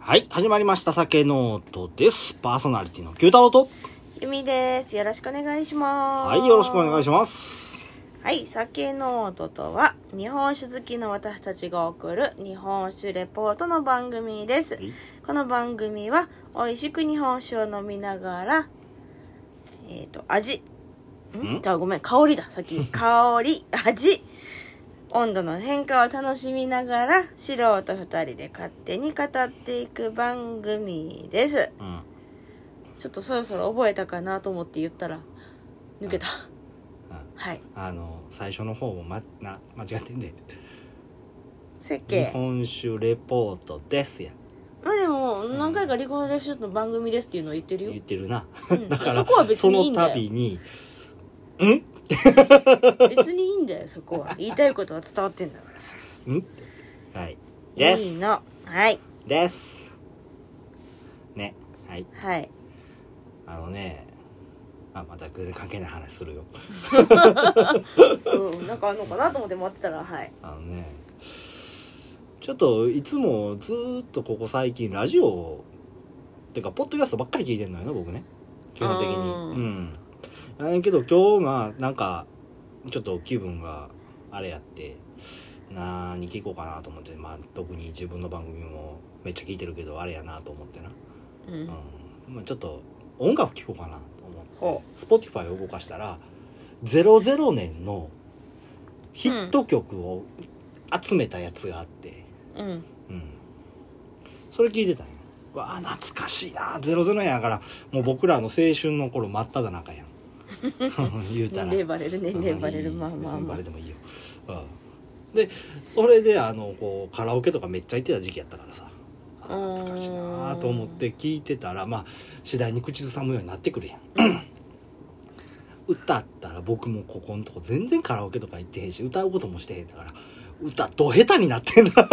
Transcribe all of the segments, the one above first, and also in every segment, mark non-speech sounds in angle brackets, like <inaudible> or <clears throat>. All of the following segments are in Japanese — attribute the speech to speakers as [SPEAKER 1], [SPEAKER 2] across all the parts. [SPEAKER 1] はい、始まりました。酒ノートです。パーソナリティの九太郎と。
[SPEAKER 2] ゆみです。よろしくお願いします。
[SPEAKER 1] はい、よろしくお願いし
[SPEAKER 2] ま
[SPEAKER 1] ます。
[SPEAKER 2] す。はい、酒ノートとは、日本酒好きの私たちが送る日本酒レポートの番組です
[SPEAKER 1] はい。
[SPEAKER 2] この番組は、美味しく日本酒を飲みながら、えっ、と、味、ん
[SPEAKER 1] ん
[SPEAKER 2] あごめん、香りだ、先
[SPEAKER 1] <laughs>
[SPEAKER 2] に。香り、味、温度の変化を楽しみながら、素人二人で勝手に語っていく番組です。
[SPEAKER 1] うん。
[SPEAKER 2] ちょっとそろそろ覚えたかなと思って言ったら抜けた、
[SPEAKER 1] うん
[SPEAKER 2] はい
[SPEAKER 1] あの、最初の方もま、な、間違ってんで。
[SPEAKER 2] 設
[SPEAKER 1] 日
[SPEAKER 2] 計
[SPEAKER 1] 本酒レポートですや。
[SPEAKER 2] まあでも何回か離婚レフショットの番組ですっていうのを言ってるよ
[SPEAKER 1] 言ってる
[SPEAKER 2] <laughs>
[SPEAKER 1] な。
[SPEAKER 2] うん
[SPEAKER 1] だから、
[SPEAKER 2] そこは別にいいんだよ
[SPEAKER 1] その度に、
[SPEAKER 2] 別にいいんだよそこは言いたいことは伝わってんだからさ
[SPEAKER 1] はい。です。
[SPEAKER 2] いいのはい
[SPEAKER 1] です。ね。はい。
[SPEAKER 2] はい
[SPEAKER 1] あのね、あ、また全然関係ない話するよ。
[SPEAKER 2] うんなんかあんのかなと思って待ってたらはい
[SPEAKER 1] あのね、ちょっといつもずーっとここ最近ラジオってかポッドキャストばっかり聞いてんのよね僕ね基本的
[SPEAKER 2] う
[SPEAKER 1] にうんやけど今日まあなんかちょっと気分があれやって何聞こうかなと思ってまあ特に自分の番組もめっちゃ聞いてるけどあれやなと思ってな、
[SPEAKER 2] う
[SPEAKER 1] うん
[SPEAKER 2] ん
[SPEAKER 1] まあ、ちょっと音楽聞こうかなと思
[SPEAKER 2] ほ
[SPEAKER 1] って Spotify を動かしたら00年のヒット曲を集めたやつがあって、
[SPEAKER 2] うん
[SPEAKER 1] うんそれ聞いてたんよわあ懐かしいな00年やからもう僕らの青春の頃真っ只中やん言うたら
[SPEAKER 2] 年齢バレる年齢バレる
[SPEAKER 1] いい
[SPEAKER 2] まあまあ
[SPEAKER 1] 別に
[SPEAKER 2] ま
[SPEAKER 1] バ
[SPEAKER 2] あ
[SPEAKER 1] レてもいいよ、うん、でそれであのこうカラオケとかめっちゃ行ってた時期やったからさあー懐かしいなーと思って聞いてたらまあ次第に口ずさむようになってくるやん <clears throat> 歌ったら僕もここんとこ全然カラオケとか行ってへんし歌うこともしてへんだから歌ど下手にな
[SPEAKER 2] <laughs>
[SPEAKER 1] ってんだ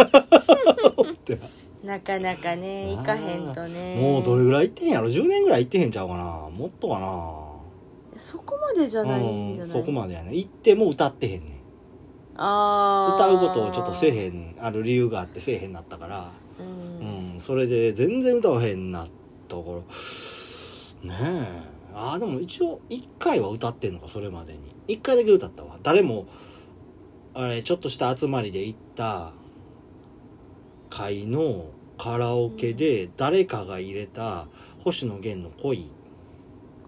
[SPEAKER 1] ってな
[SPEAKER 2] なかなかね行かへんとね
[SPEAKER 1] もうどれぐらい行ってんやろ10年ぐらい行ってへんちゃうかなもっとか
[SPEAKER 2] そこまでじゃ
[SPEAKER 1] な
[SPEAKER 2] ないんじゃ
[SPEAKER 1] うん
[SPEAKER 2] ない
[SPEAKER 1] そこまでやね行っても歌ってへんねん
[SPEAKER 2] ああ
[SPEAKER 1] 歌うことをちょっとせえへんある理由があってせえへんなったから、
[SPEAKER 2] う、
[SPEAKER 1] うんん、それで全然歌わへんなったからねえああでも一応1回は歌ってんのかそれまでに1回だけ歌ったわ誰もあれちょっとした集まりで行った会のカラオケで誰かが入れた星野源の恋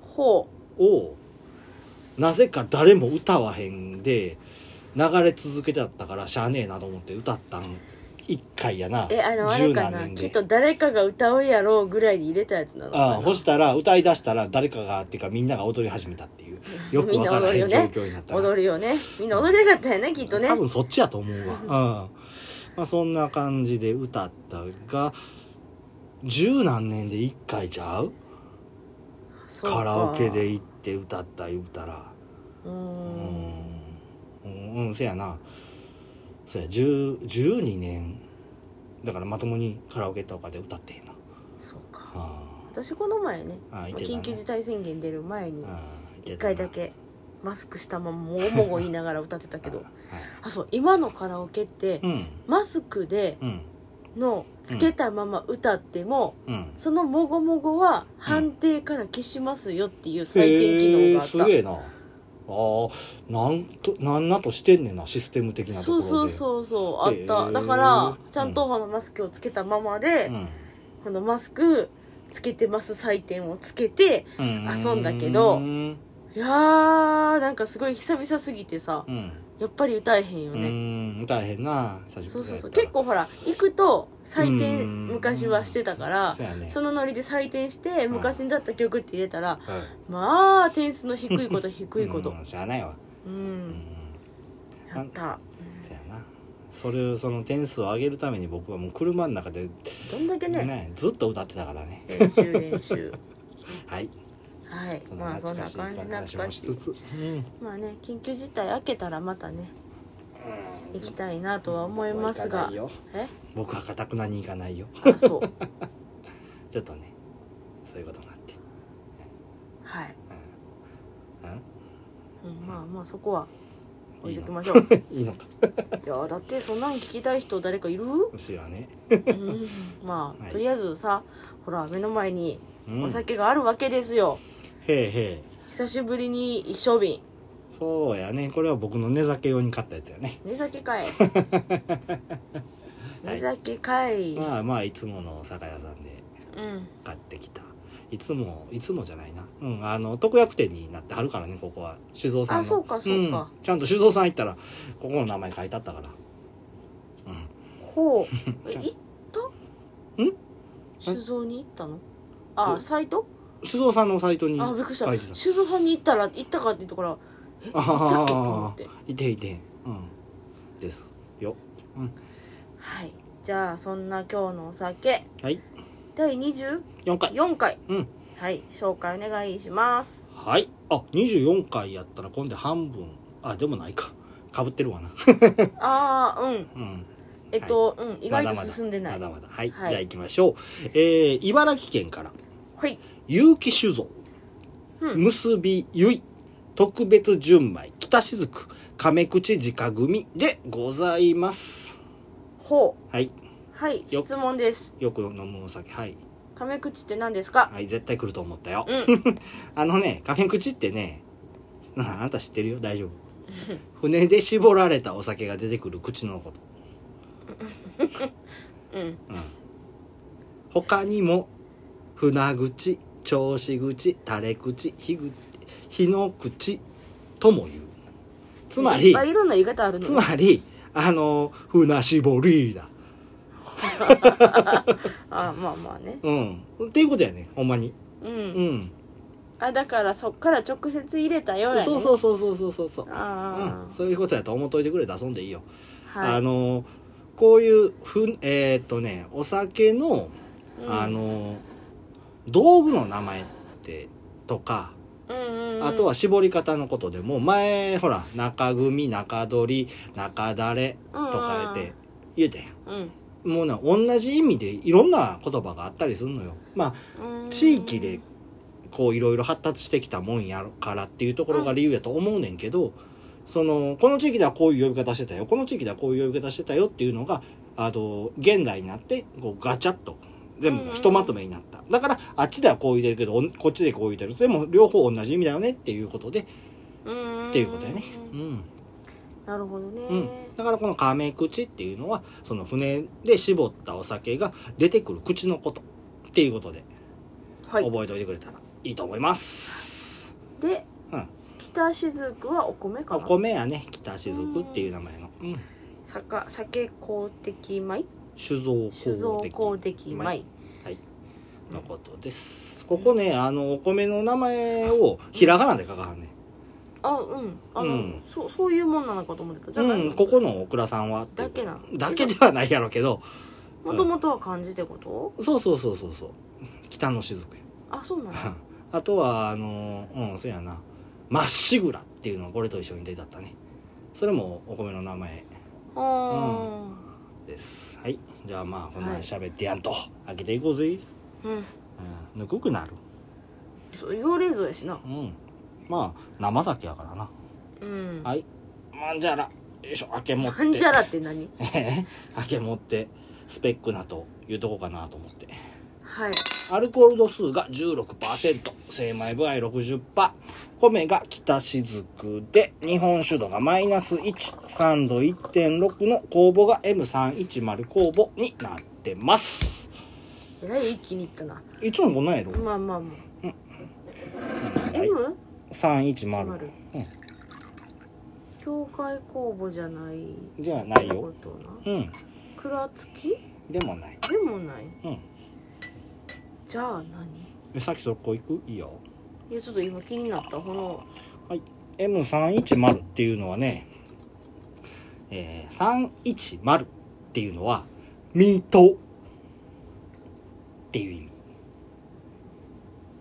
[SPEAKER 2] ほ
[SPEAKER 1] をなぜか誰も歌わへんで流れ続けてあったからしゃあねえなと思って歌ったん一回やな
[SPEAKER 2] うえあのあれかな
[SPEAKER 1] 年
[SPEAKER 2] きっ
[SPEAKER 1] で
[SPEAKER 2] と誰かが歌うやろうぐらいに入れたやつなのかな
[SPEAKER 1] ああそしたら歌い出したら誰かがっていうかみんなが踊り始めたって
[SPEAKER 2] <laughs>
[SPEAKER 1] いうよくわからへん状況になったな
[SPEAKER 2] 踊るよねみんな踊りやがったよねきっとね
[SPEAKER 1] 多分そっちやと思うわ、うんまあ、そんな感じで歌ったが十何年で一回ちゃう
[SPEAKER 2] そうか
[SPEAKER 1] カラオケで行って歌った言うたら
[SPEAKER 2] うーん
[SPEAKER 1] うん、うん、せやなそや10 12年だからまともにカラオケとかで歌ってへんな
[SPEAKER 2] そうか
[SPEAKER 1] あ
[SPEAKER 2] 私この前ね
[SPEAKER 1] あ
[SPEAKER 2] まあ
[SPEAKER 1] いてたね
[SPEAKER 2] 緊急事態宣言出る前に
[SPEAKER 1] 1
[SPEAKER 2] 1回だけマスクしたままもごもご言いながら歌ってたけど
[SPEAKER 1] はい
[SPEAKER 2] あそう今のカラオケって
[SPEAKER 1] うん
[SPEAKER 2] マスクで
[SPEAKER 1] うん
[SPEAKER 2] のつけたまま歌っても、
[SPEAKER 1] うん
[SPEAKER 2] そのもごもごは判定から消しますよっていう採点機能があった、
[SPEAKER 1] へーすげえなあーなんとなんなとしてんねんなシステム的なとこ
[SPEAKER 2] そ
[SPEAKER 1] ろ
[SPEAKER 2] う
[SPEAKER 1] で
[SPEAKER 2] そうそうそうあ
[SPEAKER 1] へ
[SPEAKER 2] っ
[SPEAKER 1] ー
[SPEAKER 2] ただからちゃんとこのマスクをつけたままで、
[SPEAKER 1] うん
[SPEAKER 2] このマスクつけてます採点をつけて
[SPEAKER 1] うん
[SPEAKER 2] 遊んだけど
[SPEAKER 1] うん
[SPEAKER 2] いやーなんかすごい久々すぎてさ
[SPEAKER 1] うん、
[SPEAKER 2] やっぱり歌えへんよ
[SPEAKER 1] う
[SPEAKER 2] ね、
[SPEAKER 1] ん、歌えへんな久し
[SPEAKER 2] そ
[SPEAKER 1] ぶ
[SPEAKER 2] う
[SPEAKER 1] り
[SPEAKER 2] そうそ
[SPEAKER 1] だっ
[SPEAKER 2] う
[SPEAKER 1] たら
[SPEAKER 2] 結構ほら行くと採
[SPEAKER 1] うん
[SPEAKER 2] 点昔はしてたから
[SPEAKER 1] そやね
[SPEAKER 2] そのノリで採点して昔にだった曲って入れたら
[SPEAKER 1] うん
[SPEAKER 2] まあ点数の低いこと低いこと
[SPEAKER 1] うんしゃあないわ
[SPEAKER 2] う
[SPEAKER 1] うん
[SPEAKER 2] んやった
[SPEAKER 1] そやなそれをその点数を上げるために僕はもう車の中で、
[SPEAKER 2] どんだけ
[SPEAKER 1] ね
[SPEAKER 2] ね
[SPEAKER 1] ずっと歌ってたからね
[SPEAKER 2] 練習練習
[SPEAKER 1] はい <laughs>
[SPEAKER 2] はいまあそんな感じ懐か
[SPEAKER 1] 話
[SPEAKER 2] し
[SPEAKER 1] も
[SPEAKER 2] い
[SPEAKER 1] しつつ、うん、
[SPEAKER 2] まあね緊急事態明けたらまたね行きたいなとは思います
[SPEAKER 1] 僕は行か
[SPEAKER 2] が
[SPEAKER 1] ないよ
[SPEAKER 2] え
[SPEAKER 1] 僕はかたくなに行かないよ
[SPEAKER 2] あそう
[SPEAKER 1] <laughs> ちょっとねそういうことがあって
[SPEAKER 2] はい、
[SPEAKER 1] うん
[SPEAKER 2] うん、まあまあそこは置いときましょう
[SPEAKER 1] <laughs> いいのか
[SPEAKER 2] いやだってそんなん聞きたい人誰かいる、
[SPEAKER 1] 牛はね
[SPEAKER 2] うん、まあ、
[SPEAKER 1] はい
[SPEAKER 2] とりあえずさほら目の前に
[SPEAKER 1] うん
[SPEAKER 2] お酒があるわけですよ、
[SPEAKER 1] へえへえ
[SPEAKER 2] 久しぶりに一升瓶
[SPEAKER 1] そうやねこれは僕の寝酒用に買ったやつやね
[SPEAKER 2] 寝
[SPEAKER 1] <laughs>
[SPEAKER 2] 酒かい
[SPEAKER 1] はい
[SPEAKER 2] 寝酒かい、
[SPEAKER 1] まあまあいつもの酒屋さんで
[SPEAKER 2] うん
[SPEAKER 1] 買ってきたいつもいつもじゃないなうんあの特約店になってはるからねここは酒造さんの
[SPEAKER 2] あそうかそうか
[SPEAKER 1] んちゃんと酒造さん行ったらここの名前書いてあったからうん
[SPEAKER 2] ほうえ行った
[SPEAKER 1] ん
[SPEAKER 2] 酒造に行ったのあ
[SPEAKER 1] え
[SPEAKER 2] サイト
[SPEAKER 1] 酒造さんのサイトに
[SPEAKER 2] あびっくりした
[SPEAKER 1] 書いてた
[SPEAKER 2] 酒造さんに行ったら行ったかって言ったから
[SPEAKER 1] あ
[SPEAKER 2] 行ったっけと思って
[SPEAKER 1] いていてうんですよ
[SPEAKER 2] はいじゃあそんな今日のお酒
[SPEAKER 1] はい
[SPEAKER 2] 第24
[SPEAKER 1] 4回
[SPEAKER 2] 回
[SPEAKER 1] うん
[SPEAKER 2] はい紹介お願いします
[SPEAKER 1] はいあ24回やったら今度半分あでもないかかぶってるわな
[SPEAKER 2] ああうん
[SPEAKER 1] うん
[SPEAKER 2] えっと、うん意
[SPEAKER 1] ま
[SPEAKER 2] 外
[SPEAKER 1] だ
[SPEAKER 2] と
[SPEAKER 1] まだ
[SPEAKER 2] 進んでない
[SPEAKER 1] まだまだはい、
[SPEAKER 2] はい
[SPEAKER 1] じゃあ行きましょうえー、茨城県から
[SPEAKER 2] はい
[SPEAKER 1] 結城酒造
[SPEAKER 2] うん
[SPEAKER 1] 結びゆい特別純米北雫亀口直組でございます
[SPEAKER 2] ほ
[SPEAKER 1] はい
[SPEAKER 2] うんはい
[SPEAKER 1] よ
[SPEAKER 2] 質問です
[SPEAKER 1] よく飲むお酒はい
[SPEAKER 2] カメ口って何ですか
[SPEAKER 1] はい絶対来ると思ったよ、
[SPEAKER 2] うん
[SPEAKER 1] <laughs> あのね亀口ってねなあんた知ってるよ大丈夫船で絞られたお酒が出てくる口のこと
[SPEAKER 2] うん
[SPEAKER 1] うん他にも船口調子口垂れ口火口火の口とも言うつま
[SPEAKER 2] い
[SPEAKER 1] り
[SPEAKER 2] っぱいいろんな言い方あるの
[SPEAKER 1] つまりあの船絞りだ
[SPEAKER 2] あまあまあね
[SPEAKER 1] うんっていうことやねほんまに
[SPEAKER 2] う
[SPEAKER 1] うんん
[SPEAKER 2] あだからそっから直接入れたようやね
[SPEAKER 1] そうそうそうそうそうそうそう
[SPEAKER 2] あ
[SPEAKER 1] うん
[SPEAKER 2] あ、
[SPEAKER 1] そういうことやと思っといてくれて遊んでいいよ、
[SPEAKER 2] は
[SPEAKER 1] あ
[SPEAKER 2] い
[SPEAKER 1] のこういうふんえーっとねお酒の
[SPEAKER 2] うん
[SPEAKER 1] あの道具の名前ってとか
[SPEAKER 2] うんうんうん
[SPEAKER 1] あとは絞り方のことでも前ほら中組中取り中だれとか言って言うてんや
[SPEAKER 2] うん
[SPEAKER 1] もうな同じ意味でいろんな言葉があったりするのよまあ
[SPEAKER 2] うん
[SPEAKER 1] 地域でこういろいろ発達してきたもんやからっていうところが理由やと思うねんけどそのこの地域ではこういう呼び方してたよこの地域ではこういう呼び方してたよっていうのがあの現代になってこうガチャッと全部がひとまとめになっただからあっちではこう言うてるけどおんこっちでこう言うてるでも両方同じ意味だよねっていうことで
[SPEAKER 2] うん
[SPEAKER 1] っていうことやねうん、
[SPEAKER 2] なるほどね
[SPEAKER 1] うん、だからこの亀口っていうのはその船で絞ったお酒が出てくる口のことっていうことで
[SPEAKER 2] はい
[SPEAKER 1] 覚えておいてくれたらいいと思います、
[SPEAKER 2] で
[SPEAKER 1] うん
[SPEAKER 2] 北雫はお米か
[SPEAKER 1] お
[SPEAKER 2] な
[SPEAKER 1] 米やね北雫っていう名前の、うん、
[SPEAKER 2] 酒酒公的米
[SPEAKER 1] 酒造
[SPEAKER 2] 酒造公的米
[SPEAKER 1] はいのことですここねあのお米の名前をひらがなで書かはんね
[SPEAKER 2] あうんあの、
[SPEAKER 1] うん
[SPEAKER 2] そうそういうもんなのかと思ってたじゃ
[SPEAKER 1] う
[SPEAKER 2] ないの、
[SPEAKER 1] んここのオクラさんはってい
[SPEAKER 2] だ
[SPEAKER 1] う
[SPEAKER 2] けな
[SPEAKER 1] だけではないやろうけど
[SPEAKER 2] もともとは漢字ってこと
[SPEAKER 1] そうそうそうそうそう北の雫や
[SPEAKER 2] あそうなの
[SPEAKER 1] <laughs> あとはあのうんそうやな「まっしぐら」っていうのがこれと一緒に出たったねそれもお米の名前
[SPEAKER 2] あ
[SPEAKER 1] ですはいじゃあまあこんな
[SPEAKER 2] は
[SPEAKER 1] ん
[SPEAKER 2] い
[SPEAKER 1] 喋ってやんと、開けていこうぜ、
[SPEAKER 2] ーうん
[SPEAKER 1] うん、ぬくくなる
[SPEAKER 2] そう幽霊像やしな
[SPEAKER 1] うんまあ生酒やからな、
[SPEAKER 2] うん
[SPEAKER 1] はいまんじゃらよいしょ開け持って
[SPEAKER 2] なんじゃらって何
[SPEAKER 1] 開け持ってスペックなというとこかなと思って
[SPEAKER 2] はい
[SPEAKER 1] アルコール度数が16%、精米部合60%、米が北雫で、日本酒度がマイナス1、酸度1.6の酵母が M310 酵母になってます。
[SPEAKER 2] えらい一気にいったない
[SPEAKER 1] つもこんなんやろ、
[SPEAKER 2] まあまあまあ、
[SPEAKER 1] はい、
[SPEAKER 2] M?
[SPEAKER 1] 310。
[SPEAKER 2] 丸
[SPEAKER 1] うん
[SPEAKER 2] 教会公募じゃない
[SPEAKER 1] じゃあない
[SPEAKER 2] こ
[SPEAKER 1] よ。
[SPEAKER 2] とな
[SPEAKER 1] うん。
[SPEAKER 2] 蔵付き
[SPEAKER 1] でもない。
[SPEAKER 2] でもない
[SPEAKER 1] うん。
[SPEAKER 2] じゃあ何
[SPEAKER 1] えさっきそこ行くいいよ。
[SPEAKER 2] いやちょっと今気になったこの
[SPEAKER 1] M310 っていうのはね、えー、310っていうのは、水戸っていう意味。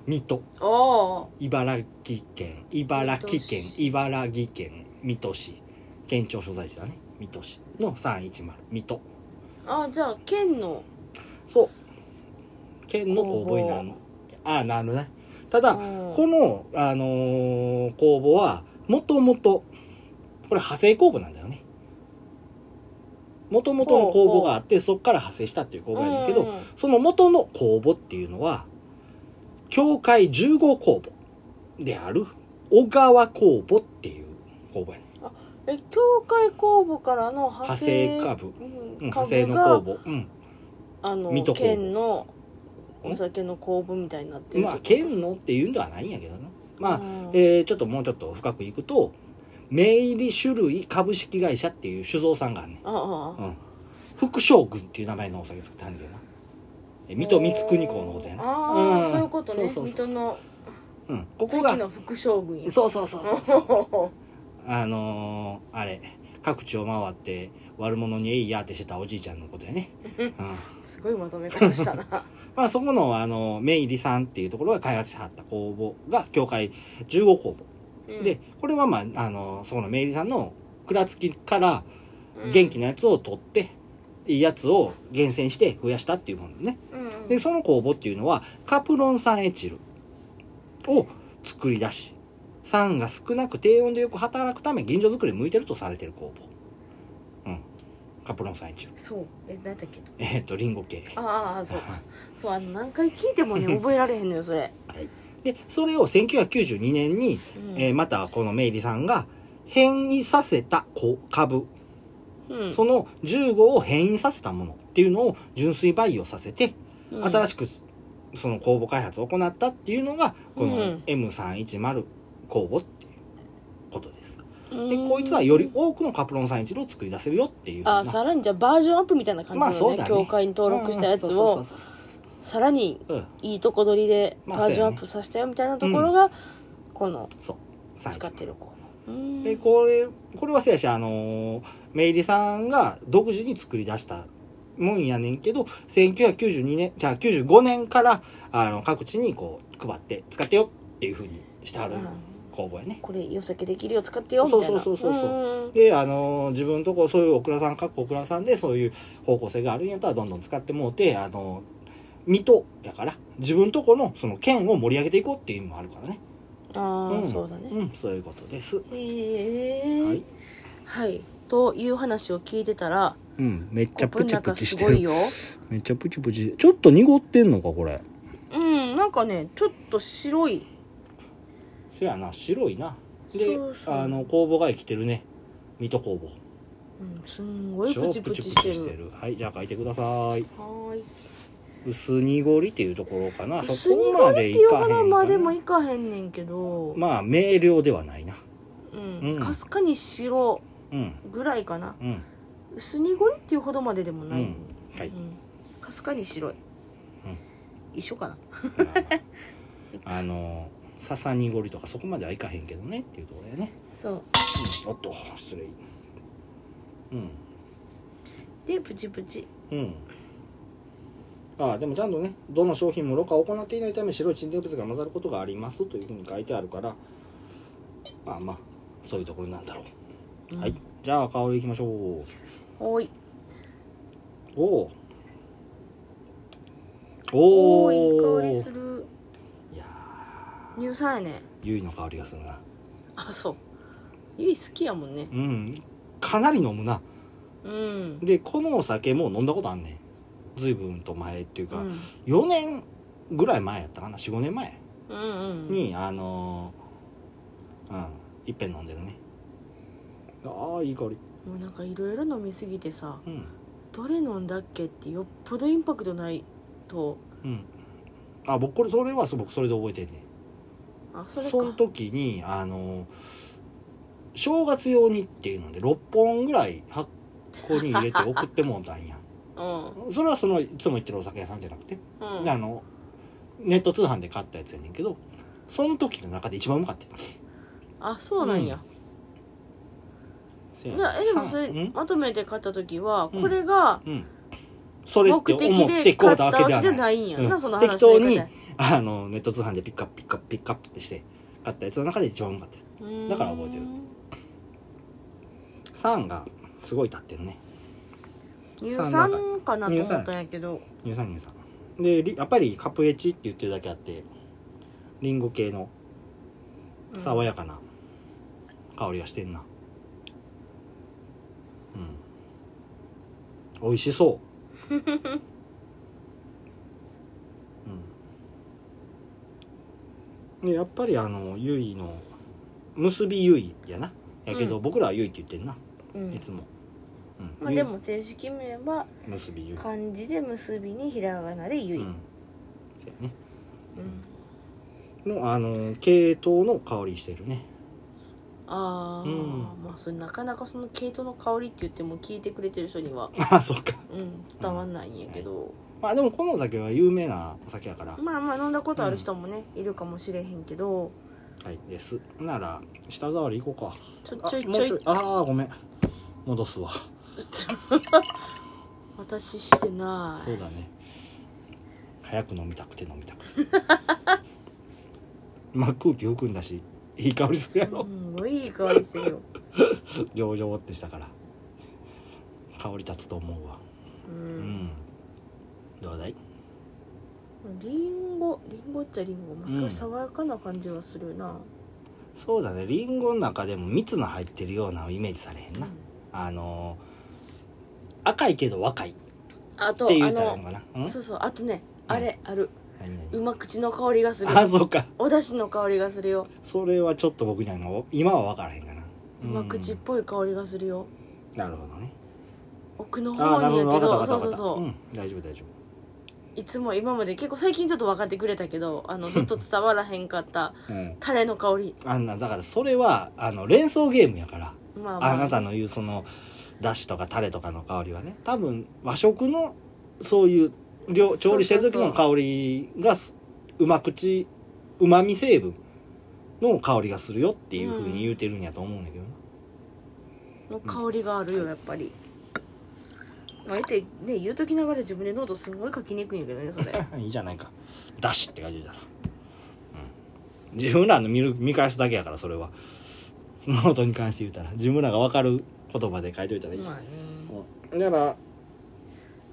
[SPEAKER 1] 水戸。
[SPEAKER 2] あ
[SPEAKER 1] 茨城県、茨城県
[SPEAKER 2] 水戸、
[SPEAKER 1] 茨城県、水戸市。県庁所在地だね。水戸市の310、水戸。
[SPEAKER 2] ああじゃあ県の
[SPEAKER 1] そう。県の公募になる
[SPEAKER 2] 公募。
[SPEAKER 1] ああ、なるね。ただ、
[SPEAKER 2] うん
[SPEAKER 1] この、あのー公募は、もともと、これ派生公募なんだよねもともとの公募があってそっから派生したっていう公募やねんけど、
[SPEAKER 2] うんうん
[SPEAKER 1] その元の公募っていうのは教会10号公募である小川公募っていう公募やねん
[SPEAKER 2] え教会公募からの派
[SPEAKER 1] 派
[SPEAKER 2] 生
[SPEAKER 1] 生株、
[SPEAKER 2] うん
[SPEAKER 1] うん、派
[SPEAKER 2] 株
[SPEAKER 1] 生
[SPEAKER 2] が
[SPEAKER 1] の公募うん
[SPEAKER 2] あの
[SPEAKER 1] 水戸公募
[SPEAKER 2] 県の
[SPEAKER 1] ん
[SPEAKER 2] お酒の公募みたいになってる
[SPEAKER 1] まあ県のっていうんではないんやけどなまあ、
[SPEAKER 2] うん
[SPEAKER 1] えーちょっともうちょっと深くいくと名入り種類株式会社っていう酒造さんがあんねん
[SPEAKER 2] ああ
[SPEAKER 1] うん、副将軍っていう名前のお酒作ったんだよなえ水戸光圀公のことやな
[SPEAKER 2] ああ
[SPEAKER 1] ん
[SPEAKER 2] そういうことね
[SPEAKER 1] そう
[SPEAKER 2] 水
[SPEAKER 1] そ
[SPEAKER 2] 戸
[SPEAKER 1] うそう
[SPEAKER 2] の
[SPEAKER 1] うん、ここ
[SPEAKER 2] さ
[SPEAKER 1] が
[SPEAKER 2] っきの副将軍や
[SPEAKER 1] そうそうそうそうそう
[SPEAKER 2] う
[SPEAKER 1] あのー、あれ各地を回って悪者にえいやってしてたおじいちゃんのことやね、うん、 <laughs>
[SPEAKER 2] すごいまとめ方したな
[SPEAKER 1] まあそこのあの名入りさんっていうところが開発しはった工房が教会15工房で、これはまあ、あの、そこのメイリさんの蔵付きから
[SPEAKER 2] うん
[SPEAKER 1] 元気なやつを取って、いいやつを厳選して増やしたっていうものね。
[SPEAKER 2] うんうん
[SPEAKER 1] で、その酵母っていうのは、カプロン酸エチルを作り出し、酸が少なく低温でよく働くため、銀醸作りに向いてるとされてる酵母。うん。カプロン酸エチル。 <laughs>
[SPEAKER 2] そうえ何だっけ
[SPEAKER 1] えっ、と、リンゴ
[SPEAKER 2] <laughs>
[SPEAKER 1] 系。
[SPEAKER 2] ああそうかそうあの何回聞いてもね覚えられへんのよそれ、
[SPEAKER 1] で、それを1992年に、
[SPEAKER 2] うん
[SPEAKER 1] えーまたこのメイリさんが変異させたこ株
[SPEAKER 2] うん
[SPEAKER 1] その15を変異させたものっていうのを純粋培養させて、
[SPEAKER 2] うん
[SPEAKER 1] 新しくその公募開発を行ったっていうのが、こ
[SPEAKER 2] う
[SPEAKER 1] の
[SPEAKER 2] ん
[SPEAKER 1] M310 公募っていうことです。で、
[SPEAKER 2] うん
[SPEAKER 1] こいつはより多くのカプロンサインチルを作り出せるよっていうふうな。
[SPEAKER 2] あーさらにじゃあバージョンアップみたいな感じ
[SPEAKER 1] まあ
[SPEAKER 2] なの
[SPEAKER 1] そ
[SPEAKER 2] ね,、
[SPEAKER 1] うだね。
[SPEAKER 2] 教会に登録したやつ
[SPEAKER 1] うんそう
[SPEAKER 2] を
[SPEAKER 1] そうそうそう
[SPEAKER 2] さらに
[SPEAKER 1] そう。うん、
[SPEAKER 2] いいとこ取りで
[SPEAKER 1] まあ
[SPEAKER 2] バージョン
[SPEAKER 1] そう
[SPEAKER 2] ア
[SPEAKER 1] やね
[SPEAKER 2] ップさせたよみたいなところが、この
[SPEAKER 1] そう。
[SPEAKER 2] 使ってる子の
[SPEAKER 1] で、これ、これはせやし、あのー、メイリさんが独自に作り出したもんやねんけど、1992年、じゃあ95年から、あの、各地にこう、配って、使ってよっていうふうにしてある
[SPEAKER 2] うん
[SPEAKER 1] 工房やね。
[SPEAKER 2] これよさけできるよ使ってよみた
[SPEAKER 1] そ
[SPEAKER 2] いうな
[SPEAKER 1] そうそうそうそうんで、あのー、自分のとこ、そういうオクラさん、かっこオクラさんで、そういう方向性があるんやったら、どんどん使ってもうて、あのー、水戸やから、自分とこの、その、県を盛り上げていこうっていう意味もあるからね。
[SPEAKER 2] ああ、
[SPEAKER 1] ん、
[SPEAKER 2] そうだね、
[SPEAKER 1] うん、そういうことです。
[SPEAKER 2] へえ
[SPEAKER 1] は
[SPEAKER 2] はいい、という話を聞いてたら
[SPEAKER 1] うん、めっ
[SPEAKER 2] コップの中すごいよ
[SPEAKER 1] めっちゃプチプチちょっと濁ってんのかこれ
[SPEAKER 2] うんなんかねちょっと白い
[SPEAKER 1] そやな白いなで
[SPEAKER 2] そうそう
[SPEAKER 1] あの工房が生きてるね水戸工房
[SPEAKER 2] うんすんごい
[SPEAKER 1] 超
[SPEAKER 2] プチプチしてる
[SPEAKER 1] はいじゃあ書いてください
[SPEAKER 2] はーい
[SPEAKER 1] 薄濁りっていうところかな
[SPEAKER 2] 薄
[SPEAKER 1] そこ
[SPEAKER 2] 濁
[SPEAKER 1] ま
[SPEAKER 2] り
[SPEAKER 1] で
[SPEAKER 2] っ
[SPEAKER 1] い
[SPEAKER 2] ていう
[SPEAKER 1] か
[SPEAKER 2] ほどま
[SPEAKER 1] へ
[SPEAKER 2] で
[SPEAKER 1] んか
[SPEAKER 2] も
[SPEAKER 1] ない
[SPEAKER 2] かへんねんけど
[SPEAKER 1] まあ明瞭ではないな
[SPEAKER 2] うん
[SPEAKER 1] うん
[SPEAKER 2] かすかに白
[SPEAKER 1] うん
[SPEAKER 2] ぐらいかな
[SPEAKER 1] うん
[SPEAKER 2] 薄濁りっていうほどまででもない、
[SPEAKER 1] うんはい
[SPEAKER 2] うんかすかに白い、一緒かな
[SPEAKER 1] ま <laughs> あまああの笹濁りとかそこまではいかへんけどねっていうところやね、
[SPEAKER 2] そう
[SPEAKER 1] うん、おっと失礼うん
[SPEAKER 2] でプチプチ
[SPEAKER 1] うんああでもちゃんとねどの商品もろ過を行っていないため白い沈殿物が混ざることがありますというふうに書いてあるからまあまあそういうところなんだろう、はいじゃあ香りいきましょう
[SPEAKER 2] おい
[SPEAKER 1] おお
[SPEAKER 2] お
[SPEAKER 1] おお
[SPEAKER 2] ーいい香りする
[SPEAKER 1] いや
[SPEAKER 2] 乳酸やね
[SPEAKER 1] ゆいの香りがするな
[SPEAKER 2] あそうゆい好きやもんね
[SPEAKER 1] うんかなり飲むな
[SPEAKER 2] うん
[SPEAKER 1] でこのお酒も飲んだことあんねん随分と前っていう
[SPEAKER 2] う
[SPEAKER 1] か、
[SPEAKER 2] ん
[SPEAKER 1] 4年ぐらい前やったかな45年前
[SPEAKER 2] うんうん
[SPEAKER 1] に、あのーうんいっぺん飲んでるねああいい香り
[SPEAKER 2] もうなんかいろいろ飲みすぎてさ
[SPEAKER 1] うん
[SPEAKER 2] どれ飲んだっけってよっぽどインパクトないと
[SPEAKER 1] うんあ僕これそれはそう僕それで覚えてんね
[SPEAKER 2] あそれか
[SPEAKER 1] その時にあのー正月用にっていうので6本ぐらい箱に入れて送ってもうたんや
[SPEAKER 2] う
[SPEAKER 1] それはそのいつも行ってるお酒屋さんじゃなくて、
[SPEAKER 2] んうん
[SPEAKER 1] あのネット通販で買ったやつやねんけどその時の中で一番うまかった
[SPEAKER 2] あそうなんや、
[SPEAKER 1] せや
[SPEAKER 2] いやえでも
[SPEAKER 1] さ
[SPEAKER 2] それ
[SPEAKER 1] うん
[SPEAKER 2] まとめて買った時は
[SPEAKER 1] うん
[SPEAKER 2] これが
[SPEAKER 1] うんそれっ
[SPEAKER 2] 目
[SPEAKER 1] て思
[SPEAKER 2] 的
[SPEAKER 1] っ
[SPEAKER 2] で
[SPEAKER 1] てこ
[SPEAKER 2] 買
[SPEAKER 1] う
[SPEAKER 2] った
[SPEAKER 1] た
[SPEAKER 2] わ
[SPEAKER 1] わ
[SPEAKER 2] け
[SPEAKER 1] け
[SPEAKER 2] じ
[SPEAKER 1] で
[SPEAKER 2] ゃ
[SPEAKER 1] はない
[SPEAKER 2] ないんやな、
[SPEAKER 1] うん
[SPEAKER 2] その話
[SPEAKER 1] 適当に
[SPEAKER 2] の言い
[SPEAKER 1] あのネット通販でピックアップピックアップピックアップってして買ったやつの中で一番うまかった
[SPEAKER 2] 方や
[SPEAKER 1] だから覚えてる酸がすごい立ってるね
[SPEAKER 2] 乳酸かなと思ったんやけど
[SPEAKER 1] 乳酸乳酸でリやっぱりカプエチって言ってるだけあってリンゴ系の
[SPEAKER 2] うん
[SPEAKER 1] 爽やかな香りがしてんな、うん美味しそう
[SPEAKER 2] <laughs>
[SPEAKER 1] うんでやっぱりあのゆいの結びゆいやなやけど、
[SPEAKER 2] うん
[SPEAKER 1] 僕らはゆいって言ってんな、
[SPEAKER 2] うん
[SPEAKER 1] いつも、うん
[SPEAKER 2] まあ、
[SPEAKER 1] ゆい
[SPEAKER 2] でも正式名は
[SPEAKER 1] 結びゆい
[SPEAKER 2] 漢字で結びにひらがなでゆい、
[SPEAKER 1] うんそうやね
[SPEAKER 2] うん
[SPEAKER 1] のあの系統の香りしてるね <laughs>
[SPEAKER 2] ああ、
[SPEAKER 1] うん
[SPEAKER 2] まあそれなかなかその毛糸の香りって言っても聞いてくれてる人には、
[SPEAKER 1] あそっか
[SPEAKER 2] うん、伝わんないんやけど、
[SPEAKER 1] まあでもこのお酒は有名なお酒やから
[SPEAKER 2] まあまあ飲んだことある人もね、いるかもしれへんけど
[SPEAKER 1] はいですなら舌触りいこうか
[SPEAKER 2] ちょ
[SPEAKER 1] あ
[SPEAKER 2] ちょい
[SPEAKER 1] もう
[SPEAKER 2] ちょい
[SPEAKER 1] ああごめん戻すわ
[SPEAKER 2] 私してな
[SPEAKER 1] そ
[SPEAKER 2] いう
[SPEAKER 1] だね早く飲みたくて飲みたくて <laughs> まあ空気含んだしいい香りするやろ
[SPEAKER 2] すごいいい香りするよ、
[SPEAKER 1] 上々ってしたから香り立つと思うわ
[SPEAKER 2] う、
[SPEAKER 1] うんんどうだい
[SPEAKER 2] リンゴリンゴっちゃリンゴもすごい爽やかな感じはするな、
[SPEAKER 1] そうだねリンゴの中でも蜜の入ってるようなイメージされへん
[SPEAKER 2] うん
[SPEAKER 1] な、あのー赤いけど若いっ
[SPEAKER 2] あと
[SPEAKER 1] て言
[SPEAKER 2] あ
[SPEAKER 1] うたらいい
[SPEAKER 2] の
[SPEAKER 1] のかなうん
[SPEAKER 2] そうそうあとねあれある
[SPEAKER 1] 何々
[SPEAKER 2] うま口の香りがする
[SPEAKER 1] あそうか
[SPEAKER 2] お出汁の香りがするよ
[SPEAKER 1] それはちょっと僕にはもう今は分からへんかな
[SPEAKER 2] うま口っ
[SPEAKER 1] ん
[SPEAKER 2] ぽい香りがするよ
[SPEAKER 1] なるほどね
[SPEAKER 2] 奥の
[SPEAKER 1] あ
[SPEAKER 2] 方
[SPEAKER 1] あなる
[SPEAKER 2] に
[SPEAKER 1] ほ
[SPEAKER 2] や
[SPEAKER 1] ど
[SPEAKER 2] け
[SPEAKER 1] 分かった分かっ
[SPEAKER 2] どそ
[SPEAKER 1] た
[SPEAKER 2] うそうそう、
[SPEAKER 1] ん、大丈夫大丈夫
[SPEAKER 2] いつも今まで結構最近ちょっと分かってくれたけどあ <laughs> のずっと伝わらへんかった
[SPEAKER 1] うん、
[SPEAKER 2] タレの香り
[SPEAKER 1] あんなだからそれはあの連想ゲームやから
[SPEAKER 2] まあ、まあ、
[SPEAKER 1] あなたの言うそのだしとかタレとかの香りはね多分和食のそういう料調理してる時の香りがすうま口うまみ成分の香りがするよっていうふうに言うてるんやと思うんだけどな、
[SPEAKER 2] の香りがあるよやっぱり、まあ、ってね言うときながら自分でノートすごい書きにくいんやけどねそ <laughs> れ
[SPEAKER 1] <laughs> いいじゃないかだしって書いてるじゃん、うん、自分らの見る見返すだけやからそれはそのことに関して言うたら自分らが分かる言葉で書いといたらいい、
[SPEAKER 2] まあね
[SPEAKER 1] うんだから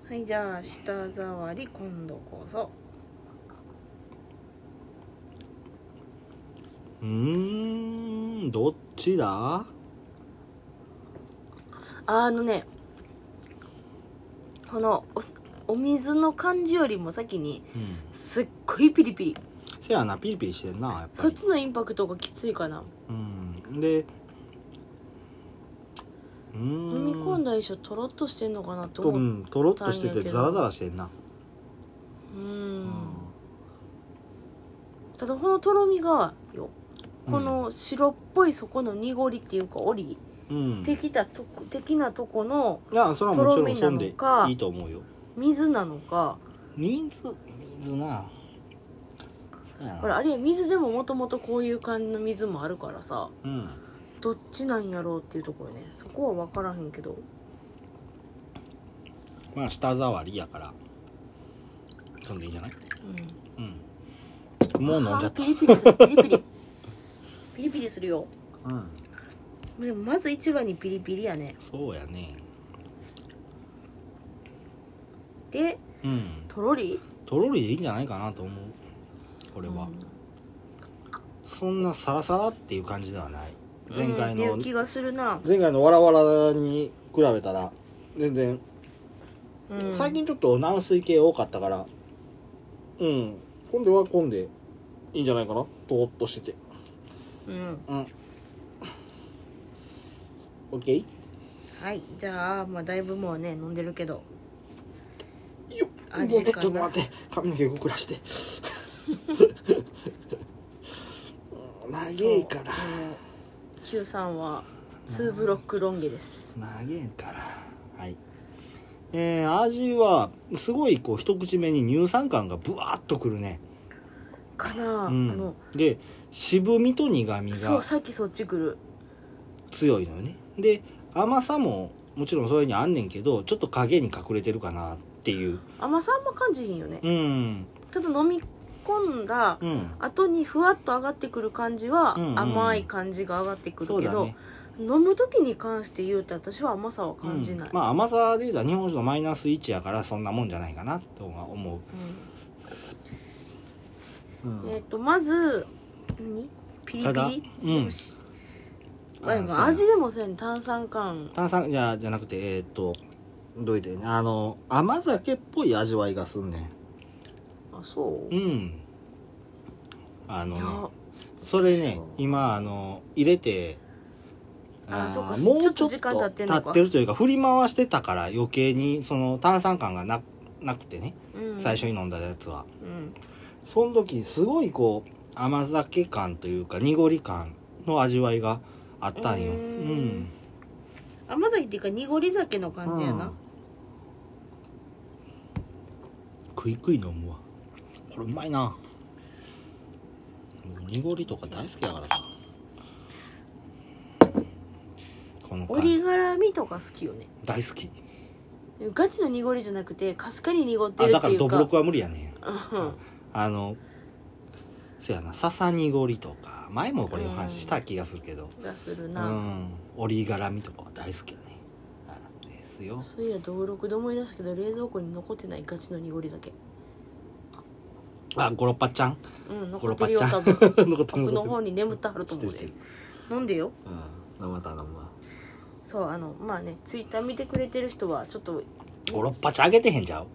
[SPEAKER 2] はいじゃあ舌触り今度こそ
[SPEAKER 1] うーんどっちだ
[SPEAKER 2] あのねこのおお水の感じよりも先に
[SPEAKER 1] うん
[SPEAKER 2] すっごいピリピリ
[SPEAKER 1] せやなピリピリしてんなやっぱ
[SPEAKER 2] そっ
[SPEAKER 1] り
[SPEAKER 2] ちのインパクトがきついかな
[SPEAKER 1] うんでうーん
[SPEAKER 2] 飲み込んだ印象とろっとしてんのかな
[SPEAKER 1] と
[SPEAKER 2] と
[SPEAKER 1] う
[SPEAKER 2] 思うん
[SPEAKER 1] とろっとして
[SPEAKER 2] たんやけ
[SPEAKER 1] て
[SPEAKER 2] ど
[SPEAKER 1] ザラザラしてんな
[SPEAKER 2] う
[SPEAKER 1] うん
[SPEAKER 2] ただこのとろみがよこの白っぽいそこの濁りっていうか折り
[SPEAKER 1] うん
[SPEAKER 2] できたとこ的なとこの
[SPEAKER 1] いやそれはもちろ
[SPEAKER 2] とろ
[SPEAKER 1] ん
[SPEAKER 2] みな
[SPEAKER 1] そ
[SPEAKER 2] の
[SPEAKER 1] ん
[SPEAKER 2] か
[SPEAKER 1] でいいと思うよ
[SPEAKER 2] 水なのか
[SPEAKER 1] 水水なそうやな
[SPEAKER 2] ほらあれや水でももともとこういう感じの水もあるからさ
[SPEAKER 1] うん
[SPEAKER 2] どっちなんやろうっていうところねそこは分からへんけど
[SPEAKER 1] まあ舌触りやからそんでいいんじゃないうんもう飲んじゃ
[SPEAKER 2] あ
[SPEAKER 1] っ
[SPEAKER 2] ー
[SPEAKER 1] た
[SPEAKER 2] ピリピリするピリピリ <laughs> ピリピリするよ
[SPEAKER 1] うん
[SPEAKER 2] でもまず一番にピリピリやね
[SPEAKER 1] そうやね
[SPEAKER 2] で
[SPEAKER 1] うん
[SPEAKER 2] とろり
[SPEAKER 1] とろりでいいんじゃないかなと思うこれは、そんなサラサラっていう感じではない
[SPEAKER 2] うん
[SPEAKER 1] 前回
[SPEAKER 2] うん
[SPEAKER 1] の、
[SPEAKER 2] っていう気がするな、
[SPEAKER 1] 前回のわらわらに比べたら全然、
[SPEAKER 2] うん、
[SPEAKER 1] 最近ちょっと軟水系多かったからうん今度は今でいいんじゃないかなとろっとしてて
[SPEAKER 2] うん
[SPEAKER 1] うん。オッケー。
[SPEAKER 2] はいじゃあまあだいぶもうね飲んでるけど
[SPEAKER 1] よっ
[SPEAKER 2] 味
[SPEAKER 1] ごめんちょ
[SPEAKER 2] か
[SPEAKER 1] っ
[SPEAKER 2] な
[SPEAKER 1] と待って。髪の毛動くら
[SPEAKER 2] <laughs>
[SPEAKER 1] して。長えから。
[SPEAKER 2] Q さんは2ブロックロン毛です
[SPEAKER 1] 長えから。はい。えー、味はすごいこう一口目に乳酸感がブワーっとくるね、
[SPEAKER 2] かな、
[SPEAKER 1] うん
[SPEAKER 2] あの
[SPEAKER 1] で渋みと苦み
[SPEAKER 2] そ
[SPEAKER 1] が
[SPEAKER 2] うさっきそっち来る
[SPEAKER 1] 強いのよねで甘さももちろんそういうにあんねんけどちょっと影に隠れてるかなっていう
[SPEAKER 2] 甘さあんま感じひんよね
[SPEAKER 1] うん
[SPEAKER 2] ただ飲み込んだ
[SPEAKER 1] うん
[SPEAKER 2] 後にふわっと上がってくる感じは
[SPEAKER 1] うんうん
[SPEAKER 2] 甘い感じが上がってくるけ
[SPEAKER 1] そうだ
[SPEAKER 2] ど、
[SPEAKER 1] ね
[SPEAKER 2] 飲む時に関して言うと私は甘さは感じない、
[SPEAKER 1] うんまあ甘さで言うと日本酒のマイナス1やからそんなもんじゃないかなとは思う、う
[SPEAKER 2] うん
[SPEAKER 1] ん
[SPEAKER 2] えっ、とまず何ピリ
[SPEAKER 1] ただ
[SPEAKER 2] ピリ
[SPEAKER 1] うん
[SPEAKER 2] しまあ、
[SPEAKER 1] あそう
[SPEAKER 2] 今
[SPEAKER 1] や
[SPEAKER 2] 味でもせん炭酸感
[SPEAKER 1] 炭酸じゃじゃなくてえーっとどういてあの甘酒っぽい味わいがすんね
[SPEAKER 2] あそうん
[SPEAKER 1] うんあの
[SPEAKER 2] いや
[SPEAKER 1] ねそれね
[SPEAKER 2] そう
[SPEAKER 1] 今あの入れて
[SPEAKER 2] あ
[SPEAKER 1] ー
[SPEAKER 2] そうか
[SPEAKER 1] もう
[SPEAKER 2] ち
[SPEAKER 1] ち
[SPEAKER 2] ょ
[SPEAKER 1] ょっと
[SPEAKER 2] っと時間経ってん
[SPEAKER 1] 経
[SPEAKER 2] のか
[SPEAKER 1] ってるというか振り回してたから余計にその炭酸感がななくてね
[SPEAKER 2] うん
[SPEAKER 1] 最初に飲んだやつは、
[SPEAKER 2] うん
[SPEAKER 1] その時にすごいこう甘酒感というか濁り感の味わいがあったんよ
[SPEAKER 2] う
[SPEAKER 1] う
[SPEAKER 2] ーん
[SPEAKER 1] ん
[SPEAKER 2] 甘酒っていうか濁り酒の感じや
[SPEAKER 1] う
[SPEAKER 2] なん
[SPEAKER 1] クイクイ飲むわこれうまいな僕濁りとか大好きだからさこの
[SPEAKER 2] 折り
[SPEAKER 1] 感
[SPEAKER 2] 絡みとか好きよね
[SPEAKER 1] 大好き
[SPEAKER 2] でもガチの濁りじゃなくてかすかに濁って
[SPEAKER 1] あ
[SPEAKER 2] る
[SPEAKER 1] だ
[SPEAKER 2] って
[SPEAKER 1] か
[SPEAKER 2] い
[SPEAKER 1] らド
[SPEAKER 2] う
[SPEAKER 1] ブ
[SPEAKER 2] か
[SPEAKER 1] ロックは無理やね
[SPEAKER 2] うん
[SPEAKER 1] あのせやな笹濁りとか前もこれお話しした気がするけど
[SPEAKER 2] がする
[SPEAKER 1] う
[SPEAKER 2] な、
[SPEAKER 1] ん折り絡みとかは大好きだねあですよ
[SPEAKER 2] そういや道録で思い出したけど冷蔵庫に残ってないガチの濁り酒
[SPEAKER 1] あゴロッパちゃ
[SPEAKER 2] <laughs>
[SPEAKER 1] ん
[SPEAKER 2] うん
[SPEAKER 1] ゴ
[SPEAKER 2] 残
[SPEAKER 1] ロ
[SPEAKER 2] っ
[SPEAKER 1] ッパ
[SPEAKER 2] てる
[SPEAKER 1] ちゃ
[SPEAKER 2] よ
[SPEAKER 1] ん <laughs>
[SPEAKER 2] 多分
[SPEAKER 1] 残ってる
[SPEAKER 2] 奥の
[SPEAKER 1] 残って
[SPEAKER 2] 方
[SPEAKER 1] る
[SPEAKER 2] に眠ってはると思う
[SPEAKER 1] 知って <laughs>
[SPEAKER 2] で
[SPEAKER 1] る
[SPEAKER 2] 飲んでよ
[SPEAKER 1] うん生頼むわ
[SPEAKER 2] そうあのまあねツイッター見てくれてる人はちょっと
[SPEAKER 1] ゴロッパちゃんあげてへんじゃう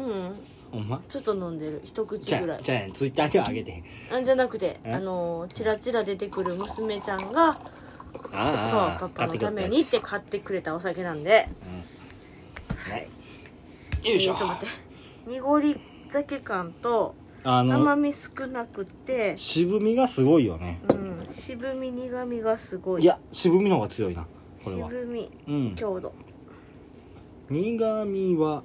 [SPEAKER 2] うん
[SPEAKER 1] ほんま
[SPEAKER 2] ちょっと飲んでる一
[SPEAKER 1] じ
[SPEAKER 2] 口
[SPEAKER 1] ゃ
[SPEAKER 2] ぐら
[SPEAKER 1] あ
[SPEAKER 2] い
[SPEAKER 1] じゃあツイッターにはあげてへん
[SPEAKER 2] あじゃなくて
[SPEAKER 1] え
[SPEAKER 2] あのチラチラ出てくる娘ちゃんがそう
[SPEAKER 1] あ
[SPEAKER 2] パパのため
[SPEAKER 1] や
[SPEAKER 2] にっ
[SPEAKER 1] つ
[SPEAKER 2] て買ってくれたお酒なんで
[SPEAKER 1] はいよいしょ
[SPEAKER 2] えーちょっと待って濁り酒感と
[SPEAKER 1] あ
[SPEAKER 2] 甘
[SPEAKER 1] の
[SPEAKER 2] み少なくて、
[SPEAKER 1] 渋みがすごいよね
[SPEAKER 2] うん、渋み苦みがすごい
[SPEAKER 1] いや渋みの方が強いなこれは
[SPEAKER 2] 渋み
[SPEAKER 1] うん
[SPEAKER 2] 強度
[SPEAKER 1] 苦みは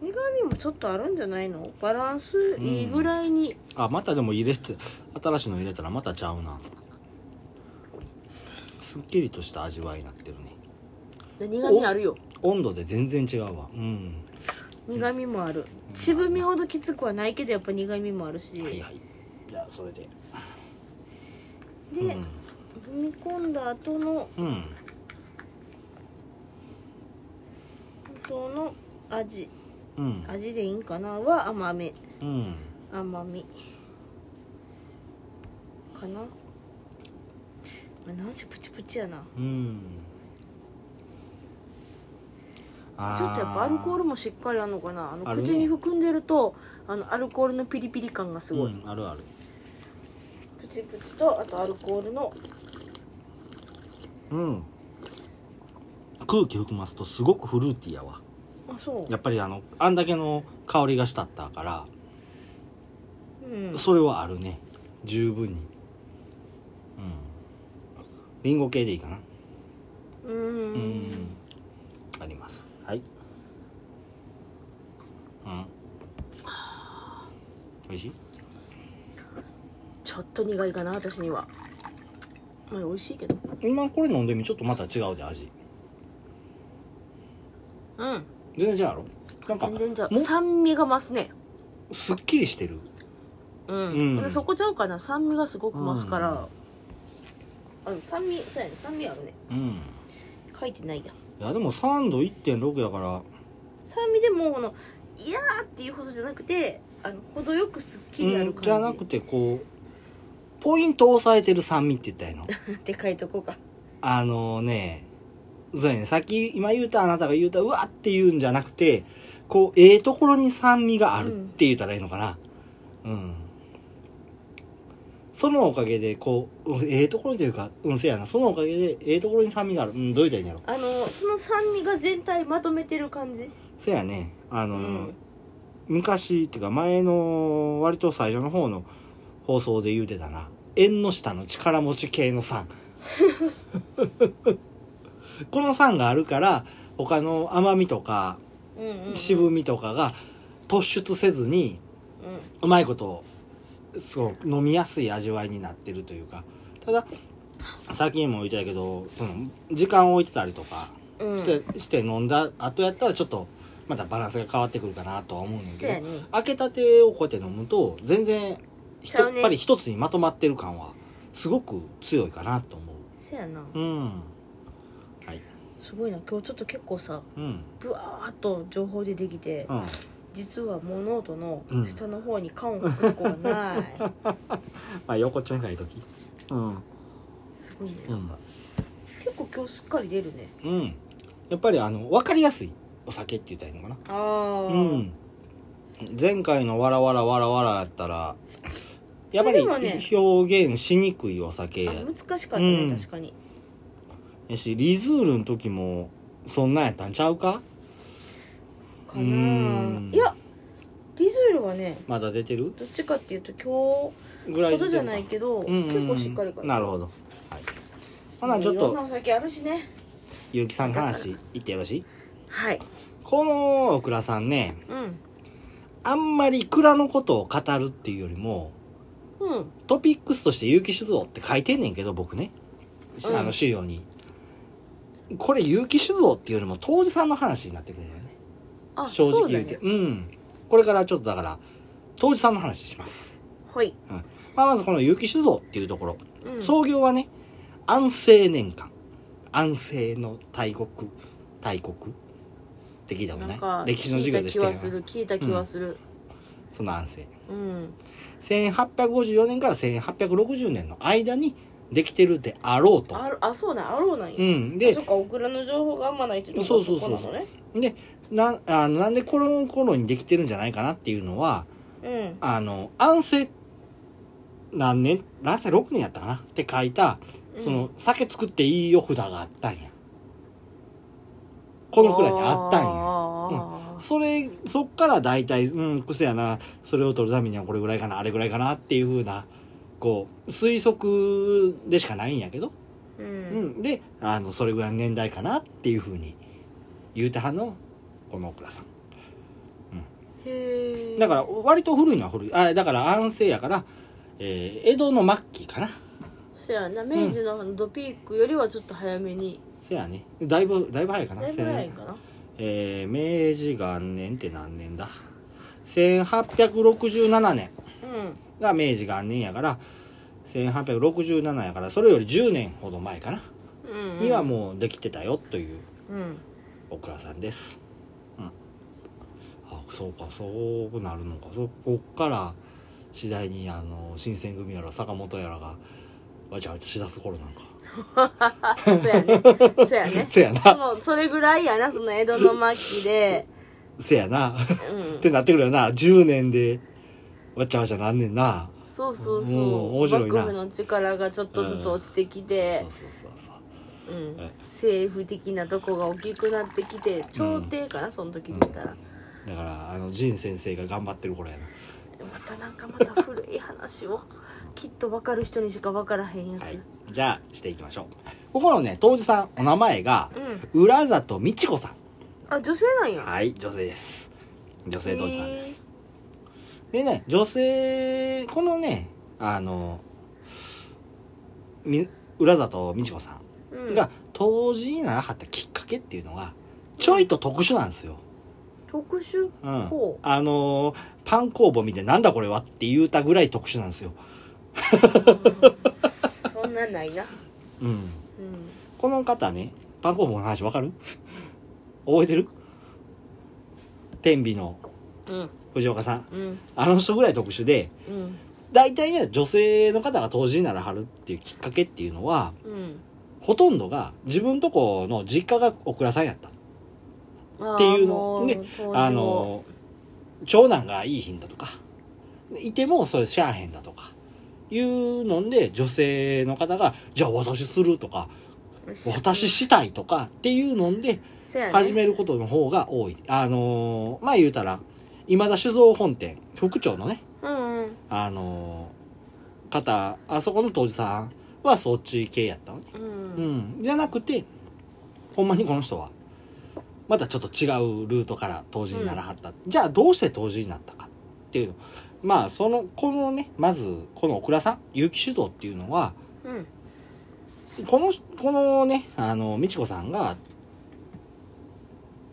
[SPEAKER 2] 苦みもちょっとあるんじゃないのバランスいいぐらいに、
[SPEAKER 1] あまたでも入れて新しいの入れたらまたちゃうなすっきりとした味わいになってるね
[SPEAKER 2] で苦みあるよ
[SPEAKER 1] 温度で全然違うわうん
[SPEAKER 2] 苦みもある渋みほどきつくはないけどやっぱ苦みもあるし、
[SPEAKER 1] はいはいじゃあそれで
[SPEAKER 2] で、
[SPEAKER 1] うん
[SPEAKER 2] 踏み込んだ後の
[SPEAKER 1] うん
[SPEAKER 2] 後の味
[SPEAKER 1] うん
[SPEAKER 2] 味でいいんかなは甘め
[SPEAKER 1] うん
[SPEAKER 2] 甘みかなあなんせプチプチやな
[SPEAKER 1] うんあ
[SPEAKER 2] ちょっとやっぱアルコールもしっかりあるのかなあの
[SPEAKER 1] あるね
[SPEAKER 2] 口に含んでるとあのアルコールのピリピリ感がす
[SPEAKER 1] す
[SPEAKER 2] ご
[SPEAKER 1] ご
[SPEAKER 2] い、
[SPEAKER 1] い、うんあるある
[SPEAKER 2] プチプチとあとアルコールの
[SPEAKER 1] うん空気含ますとすごくフルーティーやわ
[SPEAKER 2] あそう
[SPEAKER 1] やっぱりあのあんだけの香りがしたったから
[SPEAKER 2] うん
[SPEAKER 1] それはあるね十分にうんリンゴ系でいいかな
[SPEAKER 2] うーん
[SPEAKER 1] うんありますはいうんおいしい
[SPEAKER 2] ちょっと苦いかな私にはまあ美味しいけど
[SPEAKER 1] 今これ飲んでみちょっとまた違うで味
[SPEAKER 2] うん
[SPEAKER 1] 全然違うやろなんか
[SPEAKER 2] 全然じゃ
[SPEAKER 1] も
[SPEAKER 2] 酸味が増すね
[SPEAKER 1] すっきりしてる
[SPEAKER 2] うん、
[SPEAKER 1] うん
[SPEAKER 2] 俺そこちゃうかな酸味がすごく増すから、あの酸味そうやね酸味あるね
[SPEAKER 1] うん
[SPEAKER 2] 書いてないや
[SPEAKER 1] いやでも3度1.6やから
[SPEAKER 2] 酸味でもこの「いやー」っていうほどじゃなくてあの程よくすっきりある
[SPEAKER 1] うん、じゃな
[SPEAKER 2] 感
[SPEAKER 1] くて
[SPEAKER 2] じ、
[SPEAKER 1] こうポイントを押さえてる酸味って言ったらいい
[SPEAKER 2] <laughs>
[SPEAKER 1] の
[SPEAKER 2] って書いとこうか
[SPEAKER 1] あのねそうやねさっき今言うたあなたが言うたうわって言うんじゃなくてこうええところに酸味があるって言ったらいいのかなうん、そのおかげでこううんええところというかうんせやなそのおかげでええところに酸味があるうんどう言ったらいいんやろ
[SPEAKER 2] あのその酸味が全体まとめてる感じ
[SPEAKER 1] せやねあの、
[SPEAKER 2] うん
[SPEAKER 1] 昔っていうか前の割と最初の方の放送で言うてたな縁の下の力持ち系の酸 <laughs> この酸があるから他の甘みとか
[SPEAKER 2] うんうんうん
[SPEAKER 1] 渋みとかが突出せずに
[SPEAKER 2] うん
[SPEAKER 1] うまいことそう飲みやすい味わいになってるというかたださっきも言ったけど、その時間を置いてたりとか
[SPEAKER 2] うん
[SPEAKER 1] してして飲んだ後やったらちょっとまたバランスが変わってくるかなとは思うんだ
[SPEAKER 2] そう
[SPEAKER 1] け
[SPEAKER 2] や
[SPEAKER 1] ど
[SPEAKER 2] ね
[SPEAKER 1] 開けたてをこうやって飲むと全然ひ
[SPEAKER 2] ちゃ
[SPEAKER 1] と
[SPEAKER 2] うね
[SPEAKER 1] やっぱり一つにまとまってる感はすごく強いかなと思
[SPEAKER 2] そうやな
[SPEAKER 1] ううんはい
[SPEAKER 2] すごいな今日ちょっと結構さ
[SPEAKER 1] うん
[SPEAKER 2] ブワーっと情報出てきて
[SPEAKER 1] うん
[SPEAKER 2] 実は物音の下の
[SPEAKER 1] <laughs>
[SPEAKER 2] 方に缶を書くとこがない、
[SPEAKER 1] まあ横ちょいがいい時うん
[SPEAKER 2] すごいね、
[SPEAKER 1] うん
[SPEAKER 2] 結構今日すっかり出るね
[SPEAKER 1] うんやっぱりあの分かりやすいお酒って言ったらいいのかな
[SPEAKER 2] ああ
[SPEAKER 1] うん前回の「わらわらわらわら」やったらやっぱ
[SPEAKER 2] でもね
[SPEAKER 1] り表現しにくいお酒
[SPEAKER 2] あ
[SPEAKER 1] や
[SPEAKER 2] 難しかったね、
[SPEAKER 1] うん
[SPEAKER 2] 確かに
[SPEAKER 1] しリズールの時もそんなんやったんちゃうかう
[SPEAKER 2] かなあ
[SPEAKER 1] ん
[SPEAKER 2] いやリズールはね
[SPEAKER 1] まだ出てる
[SPEAKER 2] どっちかっていうと今
[SPEAKER 1] ぐら
[SPEAKER 2] 日
[SPEAKER 1] い
[SPEAKER 2] ほどじゃないけど、
[SPEAKER 1] うんうんうん
[SPEAKER 2] 結構しっかりか
[SPEAKER 1] なるほど、はい、ほなちょっ
[SPEAKER 2] いろん
[SPEAKER 1] と
[SPEAKER 2] なお酒あるしね
[SPEAKER 1] 結城さん話言ってよろしい
[SPEAKER 2] はい
[SPEAKER 1] このオクラさんね
[SPEAKER 2] うん
[SPEAKER 1] あんまり蔵のことを語るっていうよりも
[SPEAKER 2] うん
[SPEAKER 1] トピックスとして有機酒造って書いてんねんけど僕ね、
[SPEAKER 2] うん
[SPEAKER 1] あの資料にこれ有機酒造っていうよりも当時さんの話になってくるのよね
[SPEAKER 2] あ
[SPEAKER 1] 正
[SPEAKER 2] そ
[SPEAKER 1] 直
[SPEAKER 2] うだ
[SPEAKER 1] 言うて
[SPEAKER 2] ね
[SPEAKER 1] んこれからちょっとだから当時さんの話します、
[SPEAKER 2] はい、
[SPEAKER 1] まあ、まずこの有機酒造っていうところ
[SPEAKER 2] うん、
[SPEAKER 1] 創業はね安政年間安政の大国大国って聞いたこと
[SPEAKER 2] な
[SPEAKER 1] な
[SPEAKER 2] んか
[SPEAKER 1] い歴史の授業でして
[SPEAKER 2] 聞いた気
[SPEAKER 1] よ
[SPEAKER 2] はする聞いた気はする
[SPEAKER 1] その安政
[SPEAKER 2] うん、
[SPEAKER 1] 1854年から1860年の間にできてるであろうと
[SPEAKER 2] あるあそうだあろうなんや、
[SPEAKER 1] うん
[SPEAKER 2] で
[SPEAKER 1] で
[SPEAKER 2] そっかオクラの情報があんまないってとこ
[SPEAKER 1] そうそうそう
[SPEAKER 2] こなのね
[SPEAKER 1] でなあのなんでこの頃にできてるんじゃないかなっていうのは
[SPEAKER 2] うん
[SPEAKER 1] あの安政何年何歳6年やったかなって書いた
[SPEAKER 2] うん
[SPEAKER 1] その酒作っていいよ札があったんやこのくらいにあったんや
[SPEAKER 2] あー
[SPEAKER 1] それそっから大体うん癖やなそれを取るためにはこれぐらいかなあれぐらいかなっていう風なこう推測でしかないんやけど、
[SPEAKER 2] う
[SPEAKER 1] うんんであのそれぐらいの年代かなっていう風に言うてはんのこの大倉さん
[SPEAKER 2] へえ
[SPEAKER 1] だから割と古いのは古いあだから安政やから、えー江戸の末期かな
[SPEAKER 2] そやな明治のドピークよりはちょっと早めに、
[SPEAKER 1] せやねだいぶだいぶ早いかな
[SPEAKER 2] だいぶ早いかな
[SPEAKER 1] えー明治元年って何年だ1867年
[SPEAKER 2] うん
[SPEAKER 1] が明治元年やから1867やからそれより10年ほど前かな、
[SPEAKER 2] うんうん
[SPEAKER 1] にはもうできてたよという
[SPEAKER 2] うん
[SPEAKER 1] 大倉さんです、うん、あそうかそうなるのかそこっから次第にあの新選組やら坂本やらがわちゃわちゃしだす頃なんか
[SPEAKER 2] そやねそやね
[SPEAKER 1] <laughs> せや
[SPEAKER 2] そ
[SPEAKER 1] な
[SPEAKER 2] のそれぐらいやなその江戸の末期で
[SPEAKER 1] せやな
[SPEAKER 2] うん
[SPEAKER 1] ってなってくるよな10年でわちゃわちゃなんねんな
[SPEAKER 2] そうそう
[SPEAKER 1] う
[SPEAKER 2] そ
[SPEAKER 1] ん
[SPEAKER 2] う
[SPEAKER 1] 面白いな
[SPEAKER 2] 幕府の力がちょっとずつ落ちてきて
[SPEAKER 1] そう、そうそうそう
[SPEAKER 2] うん
[SPEAKER 1] はい
[SPEAKER 2] 政府的なとこが大きくなってきて朝廷かな、その時で言ったら、
[SPEAKER 1] だからあの仁先生が頑張ってる頃やな
[SPEAKER 2] またなんかまた古い話をきっと分かる人にしか分からへんやつ、
[SPEAKER 1] はい、じゃあしていきましょうここのね当時さんお名前が
[SPEAKER 2] うん
[SPEAKER 1] 浦里美智子さ
[SPEAKER 2] あ女性なん
[SPEAKER 1] ん
[SPEAKER 2] や
[SPEAKER 1] はい女性です女性当時さんです
[SPEAKER 2] へ
[SPEAKER 1] でね女性このねあのみ浦里美智子さ
[SPEAKER 2] えうんん
[SPEAKER 1] が当時にならはったきっかけっていうのがちょいと特殊なんですよ、
[SPEAKER 2] 特殊
[SPEAKER 1] うん、
[SPEAKER 2] ほう
[SPEAKER 1] あのパン工房見てなんだこれはって言うたぐらい特殊なんですよ、
[SPEAKER 2] うん <laughs> そんなんないな
[SPEAKER 1] うん、
[SPEAKER 2] うん
[SPEAKER 1] この方ね、パン工房の話わかる <laughs> 覚えてる天秤の
[SPEAKER 2] うん
[SPEAKER 1] 藤岡さん。
[SPEAKER 2] うん
[SPEAKER 1] あの人ぐらい特殊で、
[SPEAKER 2] うん
[SPEAKER 1] 大体ね、女性の方が当時にならはるっていうきっかけっていうのは、
[SPEAKER 2] うん
[SPEAKER 1] ほとんどが自分とこの実家がお倉さんやった。
[SPEAKER 2] っ
[SPEAKER 1] っていうのねあの、長男がいい品だとか、いてもそれしゃあへんだとか、いうので女性の方が、じゃあ私するとか、私したいとかっていうので、始めることの方が多い。あのーまあ言うたら、今田酒造本店、副長のね、
[SPEAKER 2] うんうん
[SPEAKER 1] あのー方、あそこの当時さんはそっち系やったのね。
[SPEAKER 2] う
[SPEAKER 1] うんん。じゃなくて、ほんまにこの人は、またちょっと違うルートから当時にならはった。じゃあどうして当時になったかっていうの。まあその、このね、まず、この奥倉さん、結城酒造っていうのは、
[SPEAKER 2] うん
[SPEAKER 1] この、このね、あの、美智子さんが、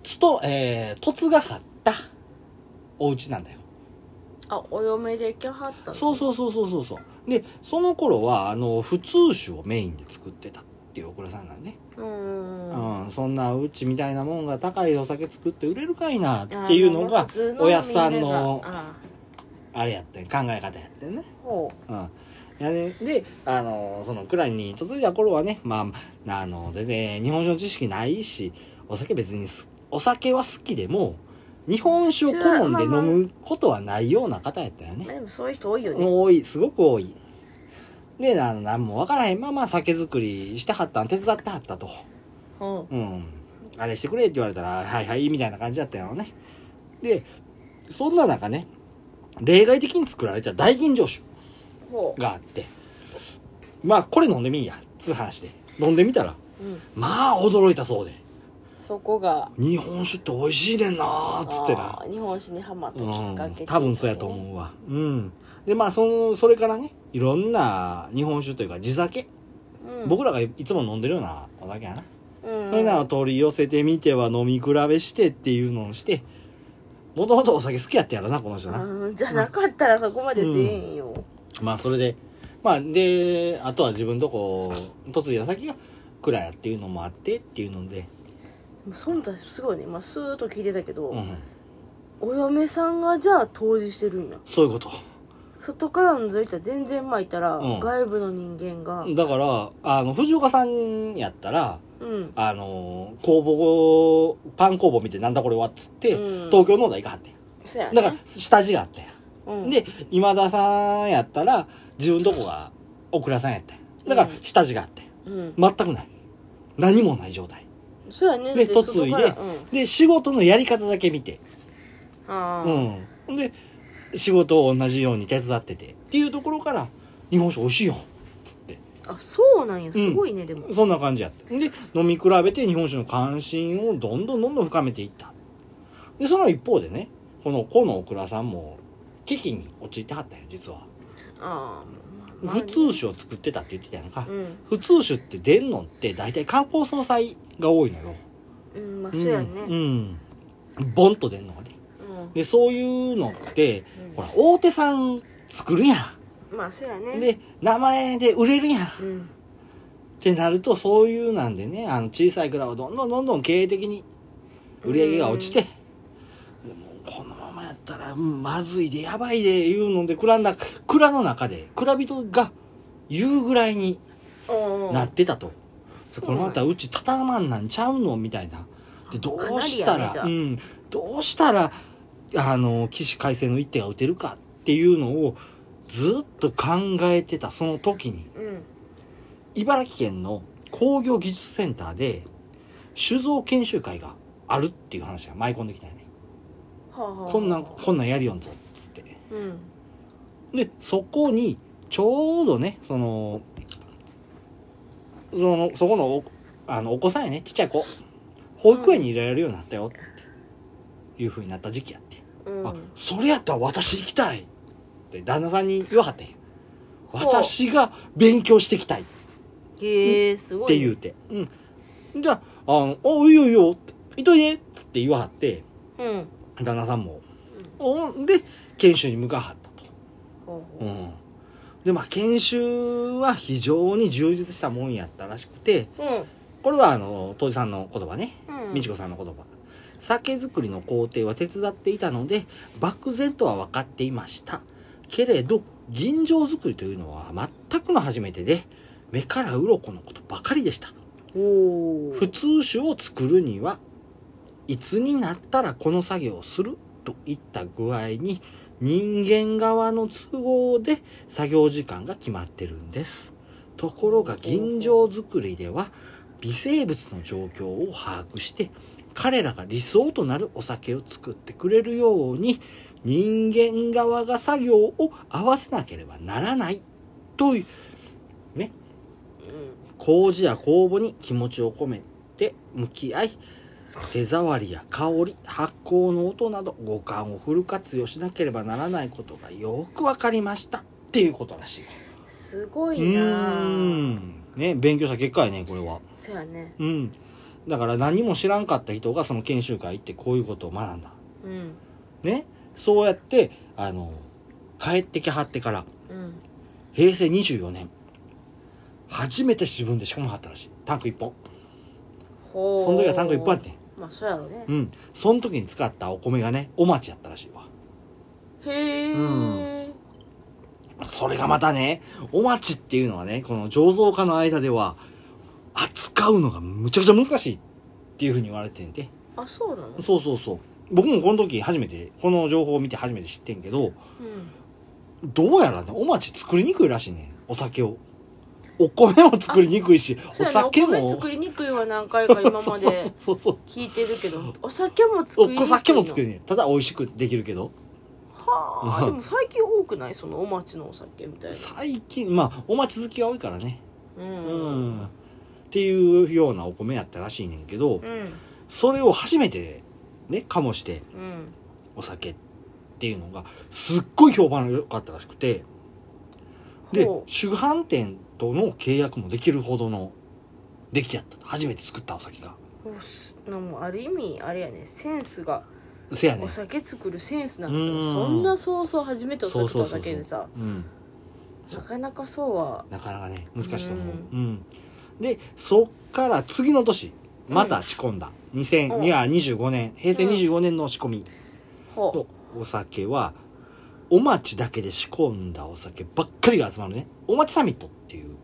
[SPEAKER 1] つと、えー、凸が張ったお家なんだよ。
[SPEAKER 2] あお嫁できはったの
[SPEAKER 1] そうそうそうそうそうそう。で、その頃は、あの、普通酒をメインで作ってたっていうお倉さんなんね。
[SPEAKER 2] うん
[SPEAKER 1] うん、そんなうちみたいなもんが高いお酒作って売れるかいなっていうのが、おやっさんの、
[SPEAKER 2] あ
[SPEAKER 1] あれやってん、考え方やってんね。
[SPEAKER 2] ほ
[SPEAKER 1] うん。やね、であのそのくらいに嫁いだ頃はね、まあ、あの全然日本酒の知識ないしお酒別にすお酒は好きでも日本酒を好んで飲むことはないような方やったよね
[SPEAKER 2] まあ、でもそういう人多いよね
[SPEAKER 1] 多いすごく多いでななんも分からへんまあまあ酒造りしてはったん手伝ってはったと
[SPEAKER 2] うん
[SPEAKER 1] うんあれしてくれって言われたらはいはいみたいな感じだったよねでそんな中ね例外的に作られた大吟醸酒
[SPEAKER 2] ほ
[SPEAKER 1] があってまあこれ飲んでみんやっつう話で飲んでみたら
[SPEAKER 2] う、うん、
[SPEAKER 1] まあ驚いたそうで
[SPEAKER 2] そこが
[SPEAKER 1] 日本酒って美味しいねんなーっつってな
[SPEAKER 2] あー日本酒にハマったきっかけ、
[SPEAKER 1] うん、多分そうやと思うわうんでまあそのそれからねいろんな日本酒というか地酒、
[SPEAKER 2] う、ん、
[SPEAKER 1] 僕らがいつも飲んでるようなお酒やな、
[SPEAKER 2] うん、
[SPEAKER 1] そういうのを取り寄せてみては飲み比べしてっていうのをしてもともとお酒好きやったやろなこの人な、
[SPEAKER 2] うんじゃなかったらそこまでせえへんよ、
[SPEAKER 1] まあそれでまあであとは自分とこ嫁いだ先が蔵やっていうのもあってっていうので、
[SPEAKER 2] もうそんたすごいね今スーッと聞いてたけど、
[SPEAKER 1] うん、
[SPEAKER 2] お嫁さんがじゃあ当時してるんや
[SPEAKER 1] そういうこと
[SPEAKER 2] 外から覗いたら全然前いたら、
[SPEAKER 1] うん
[SPEAKER 2] 外部の人間が
[SPEAKER 1] だからあの藤岡さんやったら
[SPEAKER 2] うん
[SPEAKER 1] あのー工房パン工房見てなんだこれはっつって、
[SPEAKER 2] うん
[SPEAKER 1] 東京農大行かはって
[SPEAKER 2] そやね
[SPEAKER 1] だから下地があったや、、
[SPEAKER 2] うんん、
[SPEAKER 1] で今田さんやったら自分とこがオクラさんやったやだから
[SPEAKER 2] うん
[SPEAKER 1] 下地があって
[SPEAKER 2] うん、
[SPEAKER 1] 全くない何もない状態
[SPEAKER 2] そうやね
[SPEAKER 1] で
[SPEAKER 2] だって
[SPEAKER 1] 嫁い
[SPEAKER 2] 外
[SPEAKER 1] で
[SPEAKER 2] からうん、
[SPEAKER 1] で仕事のやり方だけ見て
[SPEAKER 2] ああ、
[SPEAKER 1] うんで仕事を同じように手伝っててっていうところから日本酒美味しいよっつって
[SPEAKER 2] あそうなんやすごいね、でも
[SPEAKER 1] そんな感じやって。で、飲み比べて日本酒の関心をどんどんどんどん深めていった。で、その一方でね、この河野倉さんも危機に陥ってはったよ、実は。
[SPEAKER 2] ああ、まあ
[SPEAKER 1] 普通酒を作ってたって言ってたやんか
[SPEAKER 2] う。ん、
[SPEAKER 1] 普通酒って出んのって大体観光総裁が多いのよ。
[SPEAKER 2] うん、まあそうやね
[SPEAKER 1] うん。うんボンと出んのがね。
[SPEAKER 2] うん、
[SPEAKER 1] で、そういうのって、
[SPEAKER 2] うん
[SPEAKER 1] ほら、大手さん作るや
[SPEAKER 2] まあそうやね
[SPEAKER 1] ん。で、名前で売れるやん。
[SPEAKER 2] うん
[SPEAKER 1] ってなるとそういうなんでねあの小さい蔵をどんどんどんどん経営的に売り上げが落ちて、でもこのままやったらうんまずいでやばいでいうので蔵の中蔵の中で蔵人が言うぐらいに
[SPEAKER 2] おうおう
[SPEAKER 1] なってたと、でこれまた
[SPEAKER 2] そう
[SPEAKER 1] ち畳まんなんちゃうのみたいなでどうしたら
[SPEAKER 2] か、な
[SPEAKER 1] う
[SPEAKER 2] りや
[SPEAKER 1] んどうしたらあの起死回生の一手が打てるかっていうのをずっと考えてたその時に
[SPEAKER 2] うなん
[SPEAKER 1] 茨城県の工業技術センターで酒造研修会があるっていう話が舞い込んできたよね
[SPEAKER 2] うんはあはあ
[SPEAKER 1] こんなんこんなんやりよんぞっつって
[SPEAKER 2] うん
[SPEAKER 1] でそこにちょうどねそのそのそこのおあのお子さんやねちっちゃい子保育園に入れられるようになったよっていうふうになった時期やって、
[SPEAKER 2] うん
[SPEAKER 1] あそれやったら私行きたいって旦那さんに言わはってん
[SPEAKER 2] ほう
[SPEAKER 1] 私が勉強してきたい
[SPEAKER 2] へえすごい
[SPEAKER 1] って言うて、うん、じゃああの「おいいよいいよ」って「いといで」っつって言わはって
[SPEAKER 2] うん
[SPEAKER 1] 旦那さんも、おで研修に向かはったと、
[SPEAKER 2] ほう
[SPEAKER 1] う
[SPEAKER 2] ほ
[SPEAKER 1] ん、でまあ研修は非常に充実したもんやったらしくて
[SPEAKER 2] ううん
[SPEAKER 1] これはあの当時さんの言葉ね
[SPEAKER 2] うん
[SPEAKER 1] 美智子さんの言葉、酒造りの工程は手伝っていたので漠然とは分かっていましたけれど吟醸作りというのは全くの初めてで目から鱗のことばかりでした
[SPEAKER 2] おお
[SPEAKER 1] 普通酒を作るにはいつになったらこの作業をするといった具合に人間側の都合で作業時間が決まってるんですところが吟醸作りでは微生物の状況を把握して彼らが理想となるお酒を作ってくれるように人間側が作業を合わせなければならないという
[SPEAKER 2] うん
[SPEAKER 1] 麹や酵母に気持ちを込めて向き合い手触りや香り発酵の音など五感をフル活用しなければならないことがよく分かりましたっていうことらしい
[SPEAKER 2] すご
[SPEAKER 1] う
[SPEAKER 2] いな
[SPEAKER 1] ー
[SPEAKER 2] あ
[SPEAKER 1] んね勉強した結果やねこれは
[SPEAKER 2] そうやね
[SPEAKER 1] うんだから何も知らんかった人がその研修会行ってこういうことを学んだ
[SPEAKER 2] うん
[SPEAKER 1] ねそうやってあの帰ってきはってから
[SPEAKER 2] うん
[SPEAKER 1] 平成24年初めて自分で仕込まはったらしいタンク1本
[SPEAKER 2] ほう
[SPEAKER 1] その時はタンク1本やってん
[SPEAKER 2] まあそうやろね
[SPEAKER 1] うん。その時に使ったお米がね、お町やったらしいわ。
[SPEAKER 2] へえ
[SPEAKER 1] うそれがまたね、お待ちっていうのはね、この醸造家の間では、扱うのがむちゃくちゃ難しいっていうふうに言われてんて。
[SPEAKER 2] あそうなの
[SPEAKER 1] そうそうそう。僕もこの時初めて、この情報を見て初めて知ってんけど、
[SPEAKER 2] うん
[SPEAKER 1] どうやらね、お待ち作りにくいらしいね。お酒を。お米も作りにくいし、お
[SPEAKER 2] そうやね
[SPEAKER 1] 酒
[SPEAKER 2] お米
[SPEAKER 1] も。
[SPEAKER 2] 作りにくいは何
[SPEAKER 1] <laughs>
[SPEAKER 2] 回か今
[SPEAKER 1] そ
[SPEAKER 2] ま
[SPEAKER 1] うそう
[SPEAKER 2] で
[SPEAKER 1] そうそう。
[SPEAKER 2] 聞いてるけどお酒も作りにくい
[SPEAKER 1] お
[SPEAKER 2] の
[SPEAKER 1] 酒も作りにくい。ただ美味しくできるけど。
[SPEAKER 2] は
[SPEAKER 1] うん
[SPEAKER 2] あでも最近多くないそのお待ちのお酒みたいな
[SPEAKER 1] 最近、まあ、お待ち好きが多いからね。
[SPEAKER 2] うん
[SPEAKER 1] うん。っていうようなお米やったらしいねんけど
[SPEAKER 2] う、ん
[SPEAKER 1] それを初めて、ね、かもして、
[SPEAKER 2] うん
[SPEAKER 1] お酒っていうのが、すっごい評判が良かったらしくて、で
[SPEAKER 2] ほ、う
[SPEAKER 1] 主販店との契約もできるほどの出来やったと。初めて作ったお酒が。
[SPEAKER 2] おすのもある意味あれやねセンスが
[SPEAKER 1] せやね
[SPEAKER 2] お
[SPEAKER 1] ん。
[SPEAKER 2] 酒作るセンスなんだ
[SPEAKER 1] うん
[SPEAKER 2] からそんなそうそう初めてお酒とだけでさ
[SPEAKER 1] うん。そう
[SPEAKER 2] なかなかそうは
[SPEAKER 1] なかなかね、難しいと思う。う。
[SPEAKER 2] うん
[SPEAKER 1] で、そっから次の年、また仕込んだ。2000、いや、25年、平成25年の仕込み。
[SPEAKER 2] ほ
[SPEAKER 1] のお酒はお待ちだけで仕込んだお酒ばっかりが集まるねお待ちサミットっていう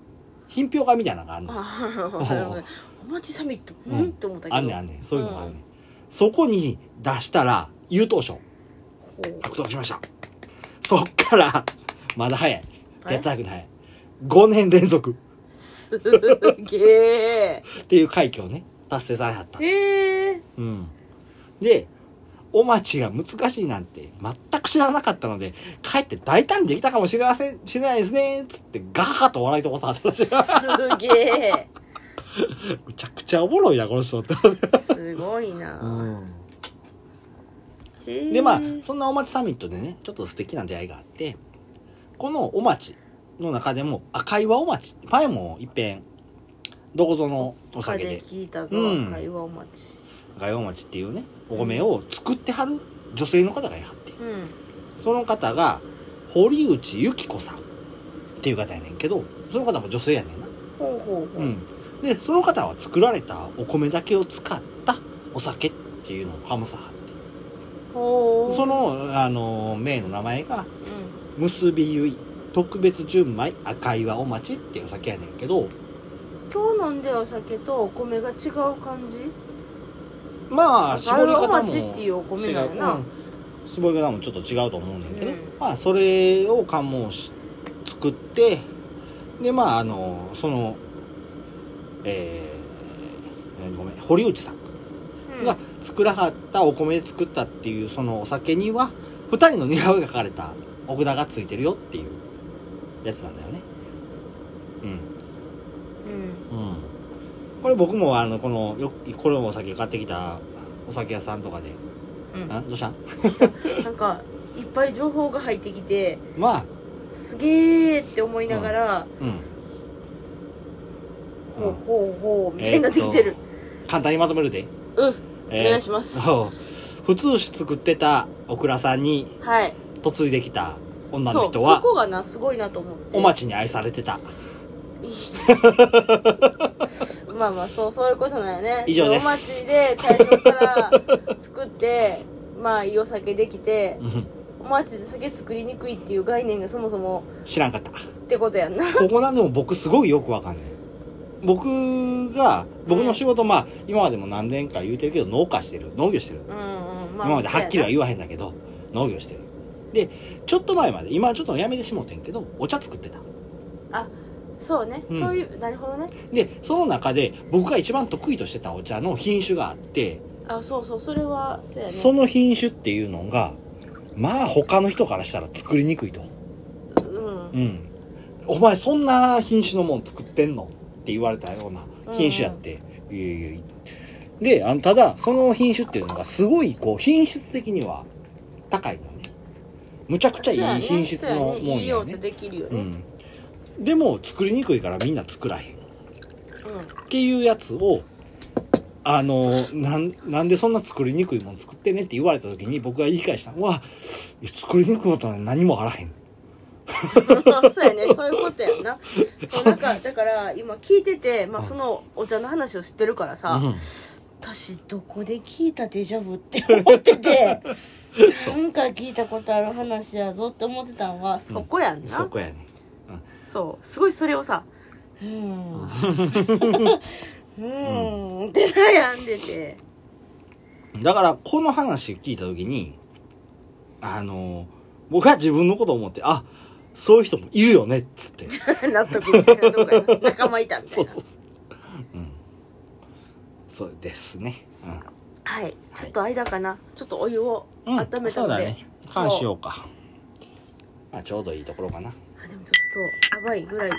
[SPEAKER 1] 品評会みたいなのがある
[SPEAKER 2] う
[SPEAKER 1] の
[SPEAKER 2] あなるほどねお待ちサミット
[SPEAKER 1] うん
[SPEAKER 2] うんって思ったけど
[SPEAKER 1] あんねんあんねんそういうのがあるねん、そこに出したら優等賞
[SPEAKER 2] ほう
[SPEAKER 1] 獲得しましたそっからまだ早い
[SPEAKER 2] あれ
[SPEAKER 1] 手伝くない5年連続
[SPEAKER 2] すげえ
[SPEAKER 1] っていう快挙をね達成されはった
[SPEAKER 2] へえ
[SPEAKER 1] うんでお待ちが難しいなんて全く知らなかったので、帰って大胆にできたかもしれません、しれないですね、つってガハハと笑いとこさ、私が。
[SPEAKER 2] すげえ
[SPEAKER 1] むちゃくちゃおもろいなこの人って、
[SPEAKER 2] すごいなへ
[SPEAKER 1] <laughs>
[SPEAKER 2] え
[SPEAKER 1] でまあそんなお待ちサミットでねちょっと素敵な出会いがあってこのお待ちの中でも赤岩お待ち前もいっぺんどこぞのお
[SPEAKER 2] 他
[SPEAKER 1] 酒
[SPEAKER 2] で
[SPEAKER 1] で
[SPEAKER 2] 聞いたぞ
[SPEAKER 1] うん
[SPEAKER 2] 会話お待ち
[SPEAKER 1] 赤岩お待ちっていうねお米を作ってはる女性の方がいはって
[SPEAKER 2] うん
[SPEAKER 1] その方が堀内由紀子さんっていう方やねんけどその方も女性やねんな
[SPEAKER 2] ほうほうほ
[SPEAKER 1] う、
[SPEAKER 2] うん
[SPEAKER 1] でその方は作られたお米だけを使ったお酒っていうのをかもさはって
[SPEAKER 2] ほう
[SPEAKER 1] その、あの、名の名前が、
[SPEAKER 2] うん
[SPEAKER 1] 結びゆい、特別純米赤岩お待ちっていうお酒やねんけど、
[SPEAKER 2] 今日飲んでるお酒とお米が違う感じ
[SPEAKER 1] まあ、
[SPEAKER 2] 赤
[SPEAKER 1] 絞り
[SPEAKER 2] 岩お
[SPEAKER 1] 方も
[SPEAKER 2] 待ちっていうお米
[SPEAKER 1] 違
[SPEAKER 2] なん
[SPEAKER 1] う、
[SPEAKER 2] やな
[SPEAKER 1] うん絞り方もちょっと違うと思うねんけど、
[SPEAKER 2] うん
[SPEAKER 1] まあ、それを関門し、作って、で、まあ、あの、その、えー、ごめん、堀内さん
[SPEAKER 2] うん
[SPEAKER 1] が作らはったお米で作ったっていうそのお酒には二人の似顔絵が描かれたお札がついてるよっていうやつなんだよね
[SPEAKER 2] うん
[SPEAKER 1] うんうんこれ僕もあのこのよこれのお酒買ってきたお酒屋さんとかで、
[SPEAKER 2] うん
[SPEAKER 1] あどうしたん
[SPEAKER 2] なんかいっぱい情報が入ってきて
[SPEAKER 1] まあ
[SPEAKER 2] すげーって思いながら、
[SPEAKER 1] うん
[SPEAKER 2] ほうほうほうみたい
[SPEAKER 1] えー
[SPEAKER 2] に
[SPEAKER 1] っ
[SPEAKER 2] な
[SPEAKER 1] と
[SPEAKER 2] ってきてる、
[SPEAKER 1] 簡単にまとめるで
[SPEAKER 2] うんお願いします
[SPEAKER 1] そう普通酒作ってたオクラさんに
[SPEAKER 2] はい
[SPEAKER 1] 嫁いできた女
[SPEAKER 2] そ
[SPEAKER 1] の
[SPEAKER 2] う
[SPEAKER 1] 人
[SPEAKER 2] そ
[SPEAKER 1] は
[SPEAKER 2] こがなすごいなと思って
[SPEAKER 1] お待ちに愛されてた
[SPEAKER 2] まあまあそうそういうことだよね
[SPEAKER 1] 以上です
[SPEAKER 2] お待ちで最初から作って <laughs> まあいいお酒できて
[SPEAKER 1] うん
[SPEAKER 2] お待ちで酒作りにくいっていう概念がそもそも
[SPEAKER 1] 知らんかった
[SPEAKER 2] ってことやんな
[SPEAKER 1] ここなんでも僕すごいよくわかんない。僕が、僕の仕事、まあ、今までも何年か言うてるけど、農家してる。農業してる。
[SPEAKER 2] うんうんまあ
[SPEAKER 1] 今まではっきりは
[SPEAKER 2] 言
[SPEAKER 1] 言わへんだけど、農業してる。で、ちょっと前まで、今ちょっとやめてしもうてんけど、お茶作ってた。
[SPEAKER 2] そうね、
[SPEAKER 1] うん
[SPEAKER 2] そういうなるほどね
[SPEAKER 1] で、その中で僕が一番得意としてたお茶の品種があって、
[SPEAKER 2] あそうそうそれはそうやね
[SPEAKER 1] その品種っていうのが、まあ他の人からしたら作りにくいと。
[SPEAKER 2] うん
[SPEAKER 1] うん。お前そんな品種のもん作ってんのって言われたような品種やって。いやいやいやで、あの、ただ、その品種っていうのがすごい、こう、品質的には高いのよね。むちゃくちゃい
[SPEAKER 2] そうや
[SPEAKER 1] い
[SPEAKER 2] ね
[SPEAKER 1] 品質のも
[SPEAKER 2] そうやね
[SPEAKER 1] ん
[SPEAKER 2] いいよ
[SPEAKER 1] や
[SPEAKER 2] う
[SPEAKER 1] ね
[SPEAKER 2] と。できるよ
[SPEAKER 1] う
[SPEAKER 2] ね
[SPEAKER 1] ん。でも、作りにくいからみんな作らへん。っ
[SPEAKER 2] うん、
[SPEAKER 1] ていうやつを、あの、なん、なんでそんな作りにくいもん作ってねって言われた時に僕が言い返したのは、いや作りにくいことは何もあらへん。
[SPEAKER 2] そうやねそういうことや
[SPEAKER 1] <laughs>
[SPEAKER 2] んなそうなんかだから今聞いてて、ま
[SPEAKER 1] う
[SPEAKER 2] あ、
[SPEAKER 1] ん
[SPEAKER 2] そのお茶の話を知ってるからさ、
[SPEAKER 1] うん <laughs>
[SPEAKER 2] 私どこで聞いたデジャブって思っててなんか聞いたことある話やぞって思ってたんはそこやんな、
[SPEAKER 1] そこやね
[SPEAKER 2] そうすごいそれをさうーんうーんって悩んでて
[SPEAKER 1] だからこの話聞いた時にあの僕は自分のこと思ってあそういう人もいるよねっつって <laughs>
[SPEAKER 2] 納得みたいなとこやな仲間いたみた
[SPEAKER 1] そ
[SPEAKER 2] いうな
[SPEAKER 1] そううんそうですねうん
[SPEAKER 2] はいちょっと間かなちょっとお湯を
[SPEAKER 1] うん
[SPEAKER 2] 温めたので、
[SPEAKER 1] そうだね缶しようかまあちょうどいいところかな
[SPEAKER 2] あでもちょっと今日やばいぐらい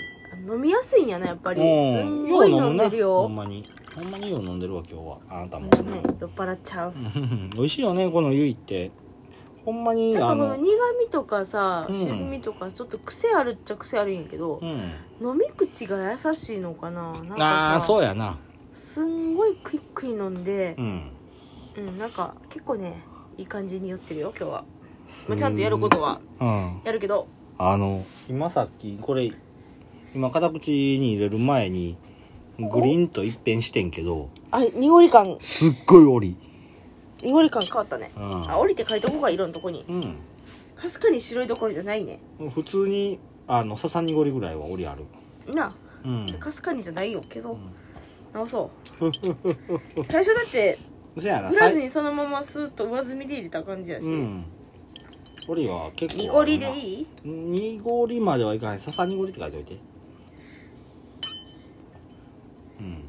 [SPEAKER 2] あ飲みやすいんやなやっぱりす
[SPEAKER 1] うん
[SPEAKER 2] ん
[SPEAKER 1] よ
[SPEAKER 2] ご
[SPEAKER 1] う
[SPEAKER 2] い
[SPEAKER 1] 飲
[SPEAKER 2] 飲
[SPEAKER 1] む
[SPEAKER 2] ん
[SPEAKER 1] な
[SPEAKER 2] でるよ
[SPEAKER 1] ほんまにほんまによう飲んでるわ今日はあなたも、
[SPEAKER 2] ね、酔っ払っちゃう
[SPEAKER 1] うん <laughs> 美味しいよねこのゆいってほんまに
[SPEAKER 2] なんか
[SPEAKER 1] あ
[SPEAKER 2] この
[SPEAKER 1] の
[SPEAKER 2] 苦味とかさ
[SPEAKER 1] うん
[SPEAKER 2] 渋みとかちょっと癖あるっちゃ癖あるんやけど
[SPEAKER 1] う、ん
[SPEAKER 2] 飲み口が優しいのかななんか
[SPEAKER 1] あ
[SPEAKER 2] さ
[SPEAKER 1] あそうやな
[SPEAKER 2] すんごいクイックイ飲んで
[SPEAKER 1] う、ん
[SPEAKER 2] うんなんか結構ねいい感じに酔ってるよ今日は、まあ、ちゃんとやることは
[SPEAKER 1] うん
[SPEAKER 2] やるけど
[SPEAKER 1] あの今さっきこれ今片口に入れる前にグリーンと一変してんけど
[SPEAKER 2] あ濁り感
[SPEAKER 1] すっごいおり
[SPEAKER 2] 濁り感変わったね、
[SPEAKER 1] うん
[SPEAKER 2] あ降りて書いとこうか色のとこに
[SPEAKER 1] うん
[SPEAKER 2] かすかに白いどころじゃないね
[SPEAKER 1] 普通にあの笹濁りぐらいはおりある
[SPEAKER 2] な
[SPEAKER 1] うん
[SPEAKER 2] あかすかにじゃないよ消そう、直そう <laughs> 最初だって
[SPEAKER 1] そやな
[SPEAKER 2] 振らずにそのままスーッと上積みで入れた感じやし、
[SPEAKER 1] うんおりは結構
[SPEAKER 2] 濁りでいい
[SPEAKER 1] 濁りまではいかない笹濁りって書いておいてうん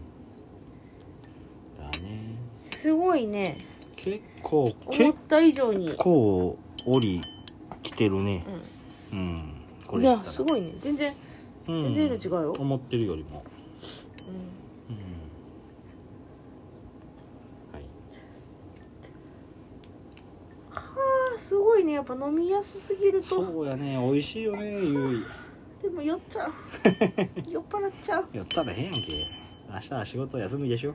[SPEAKER 1] だね
[SPEAKER 2] すごいね
[SPEAKER 1] 結構
[SPEAKER 2] 思っ
[SPEAKER 1] 結
[SPEAKER 2] た以上に
[SPEAKER 1] 構折りきてるねうん、これ
[SPEAKER 2] い
[SPEAKER 1] やっ
[SPEAKER 2] や
[SPEAKER 1] たら
[SPEAKER 2] すごいね全然
[SPEAKER 1] うん
[SPEAKER 2] 全然色違うよ
[SPEAKER 1] 思ってるよりもうんはい
[SPEAKER 2] あーすごいねやっぱ飲みやすすぎると
[SPEAKER 1] そうやね美味しいよねゆい
[SPEAKER 2] でも酔っ <laughs> ちゃう酔っ払っちゃう
[SPEAKER 1] やったらへんやんけ明日は仕事休みでしょ
[SPEAKER 2] い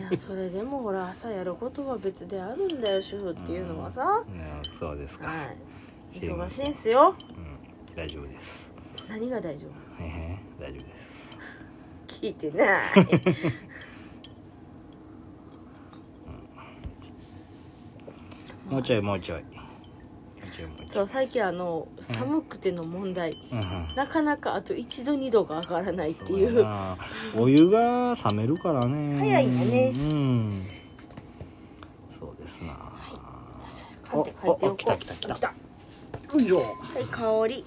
[SPEAKER 2] やそれでもほら朝やることは別であるんだよ主婦っていうのはさ、
[SPEAKER 1] うんそうですか、
[SPEAKER 2] はい
[SPEAKER 1] 知りま
[SPEAKER 2] 忙
[SPEAKER 1] せ
[SPEAKER 2] し
[SPEAKER 1] ん
[SPEAKER 2] いんすよ
[SPEAKER 1] うん、大丈夫です
[SPEAKER 2] 何が大丈夫
[SPEAKER 1] へへ大丈夫です
[SPEAKER 2] 聞いてない
[SPEAKER 1] もうちょいもうちょいもうちょいもうちょ
[SPEAKER 2] そ
[SPEAKER 1] いう
[SPEAKER 2] 最近あの寒くての問題、
[SPEAKER 1] うんうん
[SPEAKER 2] なかなかあと1度2度が上がらないってい
[SPEAKER 1] そう
[SPEAKER 2] う
[SPEAKER 1] やなお湯が冷めるからね
[SPEAKER 2] 早いんだね
[SPEAKER 1] うんそうですな、
[SPEAKER 2] 買って書いておこう
[SPEAKER 1] おお来た来た来た
[SPEAKER 2] 来た
[SPEAKER 1] よいしょ
[SPEAKER 2] はい香り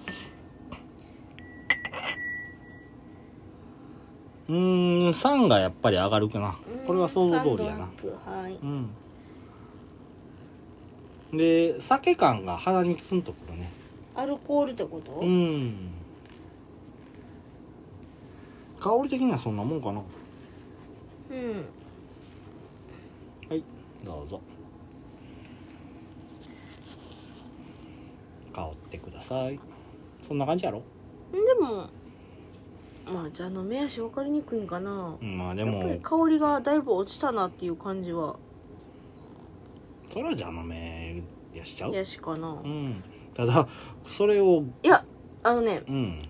[SPEAKER 1] うーん酸がやっぱり上がるかなこれは想像通りやな
[SPEAKER 2] サンドアップはい
[SPEAKER 1] うんで酒感が鼻にツンとくるね
[SPEAKER 2] アルコールってこと、
[SPEAKER 1] うん香り的にはそんなもんかな
[SPEAKER 2] うん
[SPEAKER 1] はいどうぞ香ってくださいそんな感じやろ、
[SPEAKER 2] でもまあじゃあ飲み足分かりにくいんかな、
[SPEAKER 1] うん、まあで
[SPEAKER 2] やっぱ
[SPEAKER 1] も
[SPEAKER 2] り香りがだいぶ落ちたなっていう感じは
[SPEAKER 1] それは邪魔めやしちゃう
[SPEAKER 2] やしかな、
[SPEAKER 1] うんただそれを
[SPEAKER 2] いやあのね
[SPEAKER 1] うん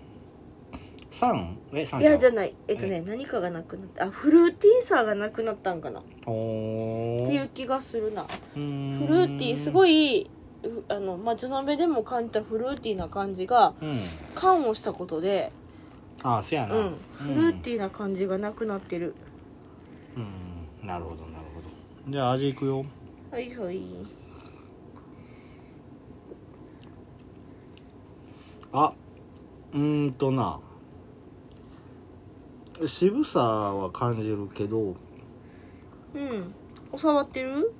[SPEAKER 1] 酸え酸
[SPEAKER 2] いやじゃ
[SPEAKER 1] ん
[SPEAKER 2] ないえっとね何かがなくなったあフルーティーさがなくなったんかなっ
[SPEAKER 1] お
[SPEAKER 2] ていう
[SPEAKER 1] ー
[SPEAKER 2] 気がするな
[SPEAKER 1] うー
[SPEAKER 2] フ
[SPEAKER 1] ん
[SPEAKER 2] ルーティーすごいふあの松鍋でも感じたフルーティーな感じが
[SPEAKER 1] うん
[SPEAKER 2] 缶をしたことで
[SPEAKER 1] ああせや
[SPEAKER 2] う
[SPEAKER 1] な、
[SPEAKER 2] んフルーティーな感じがなくなってる、
[SPEAKER 1] うんなるほどなるほどじゃあ味いくよ
[SPEAKER 2] はいはい
[SPEAKER 1] あうーんとな渋さは感じるけど
[SPEAKER 2] うんお触ってる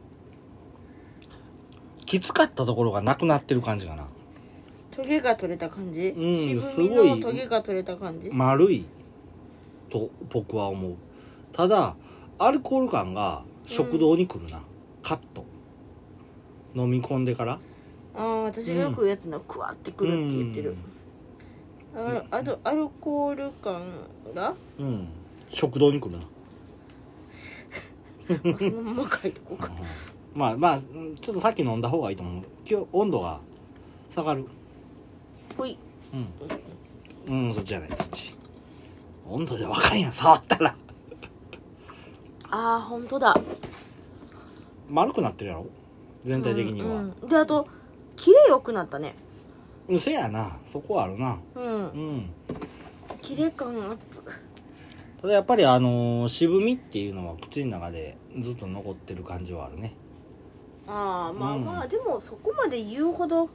[SPEAKER 1] きつかったところがなくなってる感じかな
[SPEAKER 2] トゲが取れた感じ、
[SPEAKER 1] うん
[SPEAKER 2] 渋み
[SPEAKER 1] すご
[SPEAKER 2] の
[SPEAKER 1] い
[SPEAKER 2] トゲが取れた感じ、
[SPEAKER 1] 丸いと僕は思うただアルコール感が食道に来るな、カッと飲み込んでから
[SPEAKER 2] ああ私がよく言うやつな、クワってくるって言ってる、ああとアルコール感が
[SPEAKER 1] うん、うん食道に来るな
[SPEAKER 2] まあそのまま書いとこうか
[SPEAKER 1] まあまあうんちょっとさっき飲んだ方がいいと思う今日温度が下がる
[SPEAKER 2] ほい
[SPEAKER 1] うん、うん、そっちじゃないそっち温度で分かるやん触ったら
[SPEAKER 2] ああ本当だ
[SPEAKER 1] 丸くなってるやろ全体的には、
[SPEAKER 2] うんうんであと綺麗よくなったね
[SPEAKER 1] うんせやなそこはあるな
[SPEAKER 2] う
[SPEAKER 1] うんん
[SPEAKER 2] 綺麗感アップ
[SPEAKER 1] ただやっぱりあのー渋みっていうのは口の中でずっと残ってる感じはあるね
[SPEAKER 2] ああまあ
[SPEAKER 1] うん
[SPEAKER 2] まあ、でもそこまで言うほど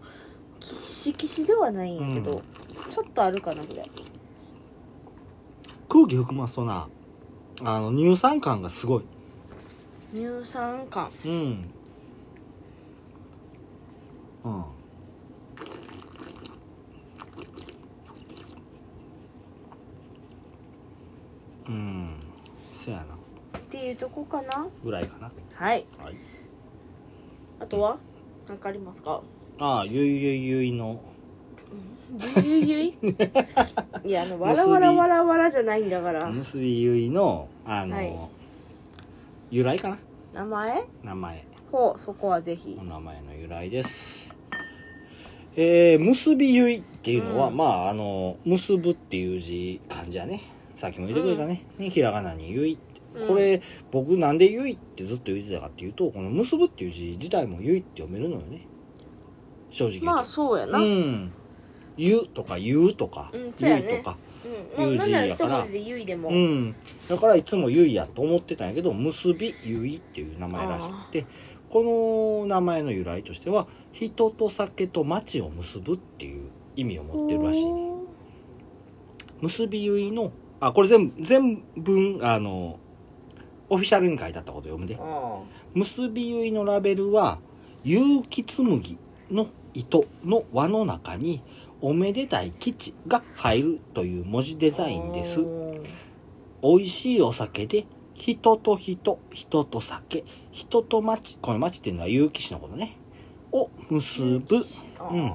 [SPEAKER 2] キシキシではないんやけど、ちょっとあるかなぐらい
[SPEAKER 1] 空気含ますとなあの乳酸感がすごい
[SPEAKER 2] 乳酸感
[SPEAKER 1] うんうんうんせやな
[SPEAKER 2] っていうとこかな
[SPEAKER 1] ぐらいかな
[SPEAKER 2] はい
[SPEAKER 1] はい
[SPEAKER 2] あとは何かありますか
[SPEAKER 1] ああゆいゆいゆいの
[SPEAKER 2] ゆいゆい <laughs> いやあのわらわらわらわらじゃないんだから
[SPEAKER 1] 結びゆいのあの、
[SPEAKER 2] はい
[SPEAKER 1] 由来かな
[SPEAKER 2] 名前
[SPEAKER 1] 名前
[SPEAKER 2] ほうそこはぜひ
[SPEAKER 1] お名前の由来ですえー、結びゆいっていうのは、
[SPEAKER 2] うん
[SPEAKER 1] まああの結ぶっていう字漢字やねさっきも言ってくれたね、ひらがなにゆいって
[SPEAKER 2] うん
[SPEAKER 1] これ、僕なんでゆいってずっと言ってたかっていうとこの結ぶっていう字自体もゆいって読めるのよね正直言うと、
[SPEAKER 2] まあそうやな、
[SPEAKER 1] う
[SPEAKER 2] うん
[SPEAKER 1] んゆとかゆうとか、
[SPEAKER 2] うんそ
[SPEAKER 1] ゆ
[SPEAKER 2] うや
[SPEAKER 1] い
[SPEAKER 2] ね
[SPEAKER 1] とか
[SPEAKER 2] まあ
[SPEAKER 1] ゆい
[SPEAKER 2] なん
[SPEAKER 1] じ
[SPEAKER 2] なら
[SPEAKER 1] や
[SPEAKER 2] 一
[SPEAKER 1] から
[SPEAKER 2] 文字でゆいでも、
[SPEAKER 1] うん、だからいつも「ゆいや」と思ってたんやけど「結びゆい」っていう名前らしくてこの名前の由来としては人と酒と町を結ぶっていう意味を持ってるらしいね
[SPEAKER 2] ほ
[SPEAKER 1] 結びゆいのあこれ全部全文あのオフィシャルに書いてあったこと読むで
[SPEAKER 2] うあ
[SPEAKER 1] 結びゆいのラベルは結城紬の糸の輪の中におめでたい吉が入るという文字デ
[SPEAKER 2] ー
[SPEAKER 1] ザインです
[SPEAKER 2] うん
[SPEAKER 1] 美味しいお酒で人と人人と酒人と町この町っていうのは結城市のことねを結ぶ、
[SPEAKER 2] あー
[SPEAKER 1] うん、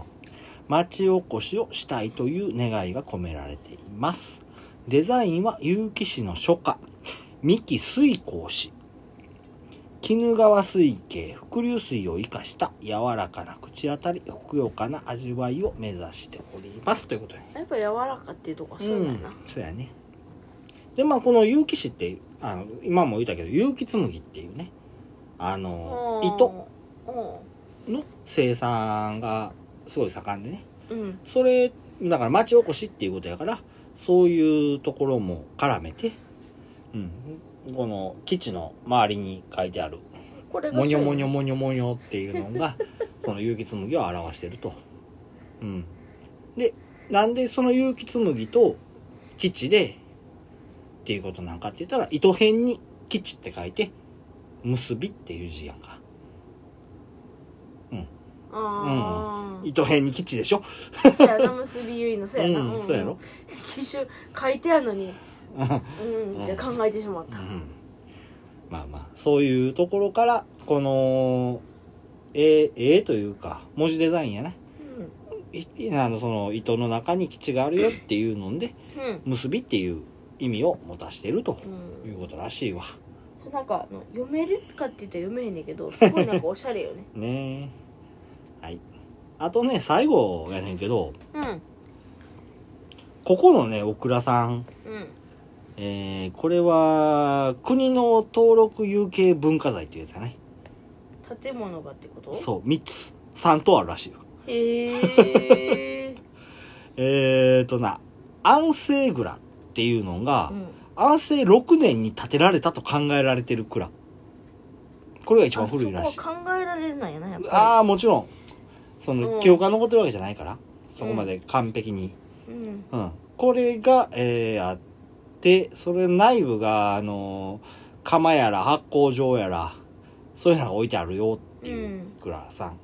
[SPEAKER 1] 町おこしをしたいという願いが込められていますデザインは結城市の初夏三木水耕氏鬼怒川水系伏流水を生かした柔らかな口当たりふくよかな味わいを目指しておりますということで
[SPEAKER 2] やっぱ柔らかっていうとこはそうだよな、
[SPEAKER 1] ん、そうやねでまあこの結城市ってあの今も言ったけど結城紬っていうねあの糸
[SPEAKER 2] うん
[SPEAKER 1] の生産がすごい盛んでね
[SPEAKER 2] うん
[SPEAKER 1] それだから町おこしっていうことやからそういうところも絡めて、うん、この基地の周りに書いてある
[SPEAKER 2] これが
[SPEAKER 1] モニョモニョ
[SPEAKER 2] ョ
[SPEAKER 1] モニョモニョっていうの
[SPEAKER 2] <laughs>
[SPEAKER 1] がその結城紬を表してると。うん、でなんでその結城紬と基地でっていうことなんかって言ったら糸辺に基地って書いて結びっていう字やんか
[SPEAKER 2] あ
[SPEAKER 1] 糸辺に基地でしょ
[SPEAKER 2] あ、そうやな結びゆいのそうやな、
[SPEAKER 1] うんそうやろ
[SPEAKER 2] 一瞬書いてあるの
[SPEAKER 1] <laughs>
[SPEAKER 2] にうんって考えてしまっ
[SPEAKER 1] う
[SPEAKER 2] た、
[SPEAKER 1] ん、まあまあそういうところからこのええええというか文字デザインやな、いあのその糸の中に基地があるよっていうので
[SPEAKER 2] うんうん
[SPEAKER 1] 結びっていう意味を持たしてると
[SPEAKER 2] うん
[SPEAKER 1] いうことらしいわ
[SPEAKER 2] そうなんかあの読めるかって言ったら読めへんねんけどすごいなんかおしゃれよね
[SPEAKER 1] ねえはいあとね最後やねんけど
[SPEAKER 2] うん
[SPEAKER 1] ここのねオクラさん
[SPEAKER 2] うん
[SPEAKER 1] えー、これは国の登録有形文化財っていうやつだね
[SPEAKER 2] 建物がってこと
[SPEAKER 1] そう3つ3とあるらしいよ
[SPEAKER 2] へえ
[SPEAKER 1] えーとな安政蔵っていうのが、
[SPEAKER 2] うん
[SPEAKER 1] 安政6年に建てられたと考えられてる蔵これが一番古いらしい
[SPEAKER 2] あそこは考えられないよなやっぱ
[SPEAKER 1] ああもちろんその
[SPEAKER 2] うん
[SPEAKER 1] 記憶が残ってるわけじゃないから、そこまで完璧に、
[SPEAKER 2] りうん
[SPEAKER 1] うん、これが、えーあってそれ内部があのー釜やら発酵場やらそういうのが置いてあるよっていう
[SPEAKER 2] うん
[SPEAKER 1] 蔵さん、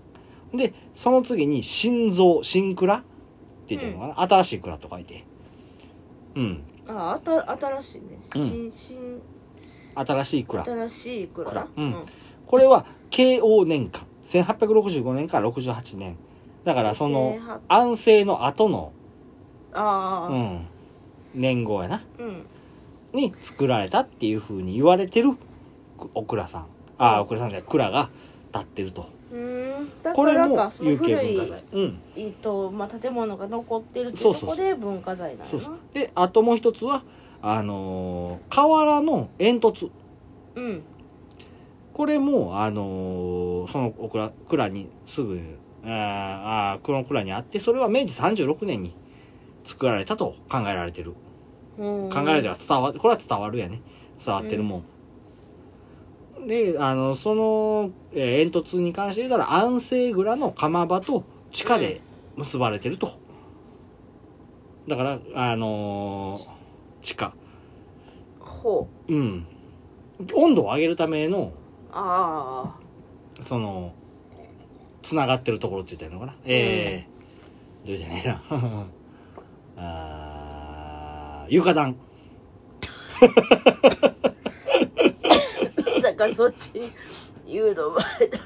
[SPEAKER 1] でその次に新蔵新蔵って言ってるのかな、新しい蔵と書いてうん
[SPEAKER 2] ああた新しいね
[SPEAKER 1] うん
[SPEAKER 2] 新新
[SPEAKER 1] 新しい蔵
[SPEAKER 2] 新しい蔵
[SPEAKER 1] 蔵うんこれは慶応年間1865年から68年だからその
[SPEAKER 2] 1800
[SPEAKER 1] 安政の後の、
[SPEAKER 2] あ
[SPEAKER 1] う
[SPEAKER 2] あ
[SPEAKER 1] ん、年号やな
[SPEAKER 2] うん
[SPEAKER 1] に作られたっていうふうに言われてるくオクラさんああオクラさんじゃない蔵が建ってると
[SPEAKER 2] うんだ
[SPEAKER 1] こ
[SPEAKER 2] か
[SPEAKER 1] れ
[SPEAKER 2] ら
[SPEAKER 1] も
[SPEAKER 2] かその
[SPEAKER 1] 有形
[SPEAKER 2] 古
[SPEAKER 1] 文
[SPEAKER 2] い
[SPEAKER 1] 化財うん
[SPEAKER 2] えっとまあ、建物が残ってるってい
[SPEAKER 1] そう
[SPEAKER 2] う
[SPEAKER 1] そ
[SPEAKER 2] と
[SPEAKER 1] うそ
[SPEAKER 2] こ
[SPEAKER 1] う
[SPEAKER 2] で文化財なんや
[SPEAKER 1] そう
[SPEAKER 2] な
[SPEAKER 1] そうであともう一つはあのー、瓦の煙突
[SPEAKER 2] うん
[SPEAKER 1] これも、あのーそのお蔵蔵にすぐ、あーあー、この蔵にあって、それは明治36年に作られたと考えられてる。
[SPEAKER 2] うん
[SPEAKER 1] 考えられては伝わ、これは伝わるやね。伝わってるもん。で、あの、その、えー煙突に関して言うたら、安政蔵の釜場と地下で結ばれてると。だから、あのー地下。
[SPEAKER 2] ほ
[SPEAKER 1] うん。温度を上げるための、
[SPEAKER 2] うあ <laughs>
[SPEAKER 1] その、つながってるところって言ったらいいのかな。ええどうじゃないな。 <laughs> あー床暖。
[SPEAKER 2] あまさかそっちに誘導バレた
[SPEAKER 1] っ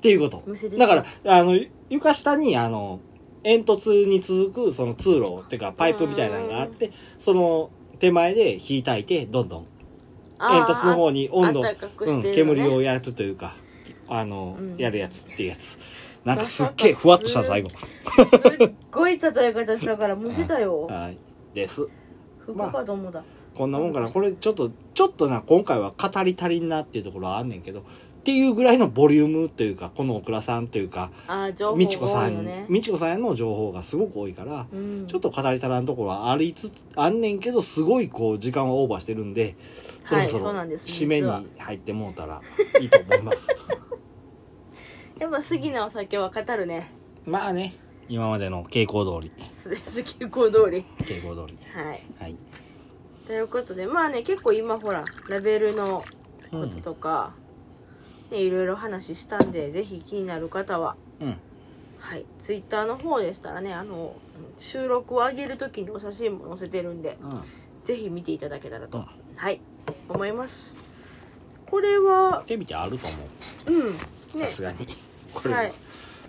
[SPEAKER 1] ていうこと
[SPEAKER 2] 見せて。
[SPEAKER 1] だから、あの、床下に、あの、煙突に続く、その通路、っていうか、パイプみたいなのがあって、その手前で火焚いて、どんどん、 <laughs> 煙突の方
[SPEAKER 2] に
[SPEAKER 1] に温度、
[SPEAKER 2] あったかく
[SPEAKER 1] う
[SPEAKER 2] し
[SPEAKER 1] ん、
[SPEAKER 2] てるのね
[SPEAKER 1] 煙をやるというか、あの、
[SPEAKER 2] うん
[SPEAKER 1] やるやつっていうやつ。なんかすっげえふわっとした最後。
[SPEAKER 2] すっごい例え方したからむせた
[SPEAKER 1] <laughs>
[SPEAKER 2] よ
[SPEAKER 1] はい。です。
[SPEAKER 2] 服かと思った、
[SPEAKER 1] こんなもんかな。これちょっと、ちょっとな、今回は語り足りんなっていうところはあんねんけど、っていうぐらいのボリュームというか、このオクラさんというか、
[SPEAKER 2] ああ情報
[SPEAKER 1] みちこ
[SPEAKER 2] が
[SPEAKER 1] さ
[SPEAKER 2] 多いよ
[SPEAKER 1] ん、
[SPEAKER 2] ね
[SPEAKER 1] みちこさんへの情報がすごく多いから、
[SPEAKER 2] うん、
[SPEAKER 1] ちょっと語り足らんところはありつつ、あんねんけど、すごいこう、時間はオーバーしてるんで、そろ
[SPEAKER 2] はい
[SPEAKER 1] そ
[SPEAKER 2] そ
[SPEAKER 1] ろ
[SPEAKER 2] うなんです
[SPEAKER 1] 締め
[SPEAKER 2] 実
[SPEAKER 1] に
[SPEAKER 2] は
[SPEAKER 1] 入ってもうたらいいと思います。 <laughs>
[SPEAKER 2] やっぱ好きなお酒は語るね <laughs>
[SPEAKER 1] まあね、今までの傾向通り、
[SPEAKER 2] 好き行通り
[SPEAKER 1] 傾向通り。
[SPEAKER 2] はい
[SPEAKER 1] はい。
[SPEAKER 2] ということでまあね結構今ほらラベルのこととか、ね、いろいろ話したんでぜひ気になる方は
[SPEAKER 1] うん。
[SPEAKER 2] はいツイッターの方でしたらねあの収録を上げる時にお写真も載せてるんで
[SPEAKER 1] うん。
[SPEAKER 2] ぜひ見ていただけたらと、
[SPEAKER 1] うん
[SPEAKER 2] はい思いますこれは
[SPEAKER 1] 手見てあると思
[SPEAKER 2] うん
[SPEAKER 1] う。さ
[SPEAKER 2] ね
[SPEAKER 1] すがに。これ
[SPEAKER 2] はい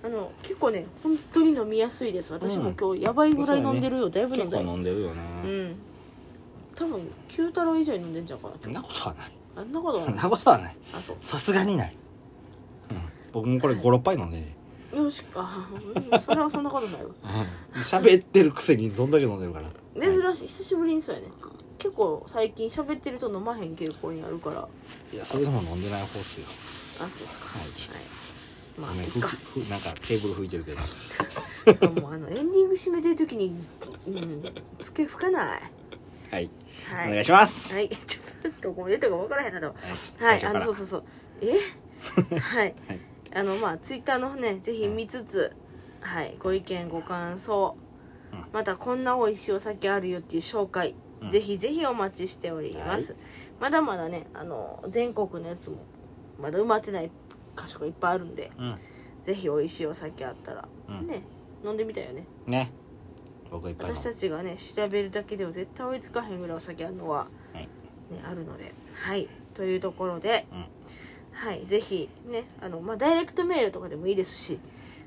[SPEAKER 2] あの結構ね本当に飲みやすいです私も今日やばいぐらい飲んでるよ、だいぶ飲
[SPEAKER 1] 結
[SPEAKER 2] んだ
[SPEAKER 1] 構
[SPEAKER 2] よ
[SPEAKER 1] 飲んでるよ
[SPEAKER 2] う
[SPEAKER 1] ね。
[SPEAKER 2] ん多分九太郎以上に飲んでんじゃんかな
[SPEAKER 1] そんなことはない。
[SPEAKER 2] あんなことは
[SPEAKER 1] そん
[SPEAKER 2] な
[SPEAKER 1] <laughs>
[SPEAKER 2] い
[SPEAKER 1] なことはない。
[SPEAKER 2] あそう
[SPEAKER 1] さすがにない。うん。僕もこれ5、6杯飲んでね。
[SPEAKER 2] よしか、うん <laughs> それはそんなことないわ。
[SPEAKER 1] 喋ってるくせにどんだけ飲んでるから。
[SPEAKER 2] 珍しい、久しぶりにそうやね。結構最近喋ってると飲まへん傾向にあるから。あ、
[SPEAKER 1] いや、それでも飲んでない方っすよ。
[SPEAKER 2] そうですか。
[SPEAKER 1] はい
[SPEAKER 2] はい。ま
[SPEAKER 1] ご
[SPEAKER 2] あ、
[SPEAKER 1] めん
[SPEAKER 2] い
[SPEAKER 1] ふ
[SPEAKER 2] っか。
[SPEAKER 1] ふなんかテーブル拭いてるけど。
[SPEAKER 2] そうもうあのエンディング締めてる時に、うん、机吹かない。
[SPEAKER 1] はい。
[SPEAKER 2] は
[SPEAKER 1] お願い
[SPEAKER 2] い。
[SPEAKER 1] します。
[SPEAKER 2] はい、 <laughs> ちょっとこれとか分からへんなと。は、
[SPEAKER 1] はい
[SPEAKER 2] あの、そうそうそう。え
[SPEAKER 1] <laughs>
[SPEAKER 2] はい。あの、まあ、ツイッターのね、ぜひ見つつ、はい、ご意見、ご感想
[SPEAKER 1] うん、
[SPEAKER 2] またこんな美味しいお酒あるよっていう紹介、
[SPEAKER 1] うん
[SPEAKER 2] ぜひぜひお待ちしております。
[SPEAKER 1] は
[SPEAKER 2] まだまだね、あの、全国のやつも、まだ埋まってない箇所がいっぱいあるんで、
[SPEAKER 1] うん。
[SPEAKER 2] ぜひ美味しいお酒あったら、
[SPEAKER 1] うん
[SPEAKER 2] ね、飲んでみたいよね。
[SPEAKER 1] ね。僕いっぱい飲
[SPEAKER 2] 私
[SPEAKER 1] む。
[SPEAKER 2] たちがね調べるだけでは絶対追いつかへんぐらいお酒あるのは、
[SPEAKER 1] はい
[SPEAKER 2] ね、あるのではいというところで、
[SPEAKER 1] うん
[SPEAKER 2] はいぜひねあの、まあ、ダイレクトメールとかでもいいですし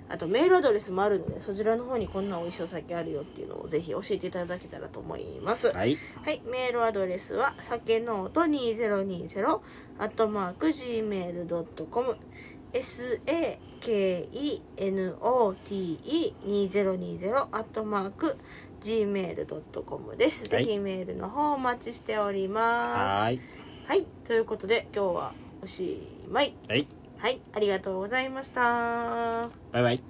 [SPEAKER 2] あとメールアドレスもあるのでそちらの方にこんな美味しいお酒あるよっていうのをぜひ教えていただけたらと思いますはい、
[SPEAKER 1] はい。
[SPEAKER 2] メールアドレスは酒ノート2020アットマーク Gmail.com sakenote2020 アットマーク gmail.com です、
[SPEAKER 1] はい
[SPEAKER 2] ぜひメールの方お待ちしております
[SPEAKER 1] はーい。
[SPEAKER 2] はいということで今日はおしまい
[SPEAKER 1] はい。
[SPEAKER 2] はいありがとうございました
[SPEAKER 1] バイバイ。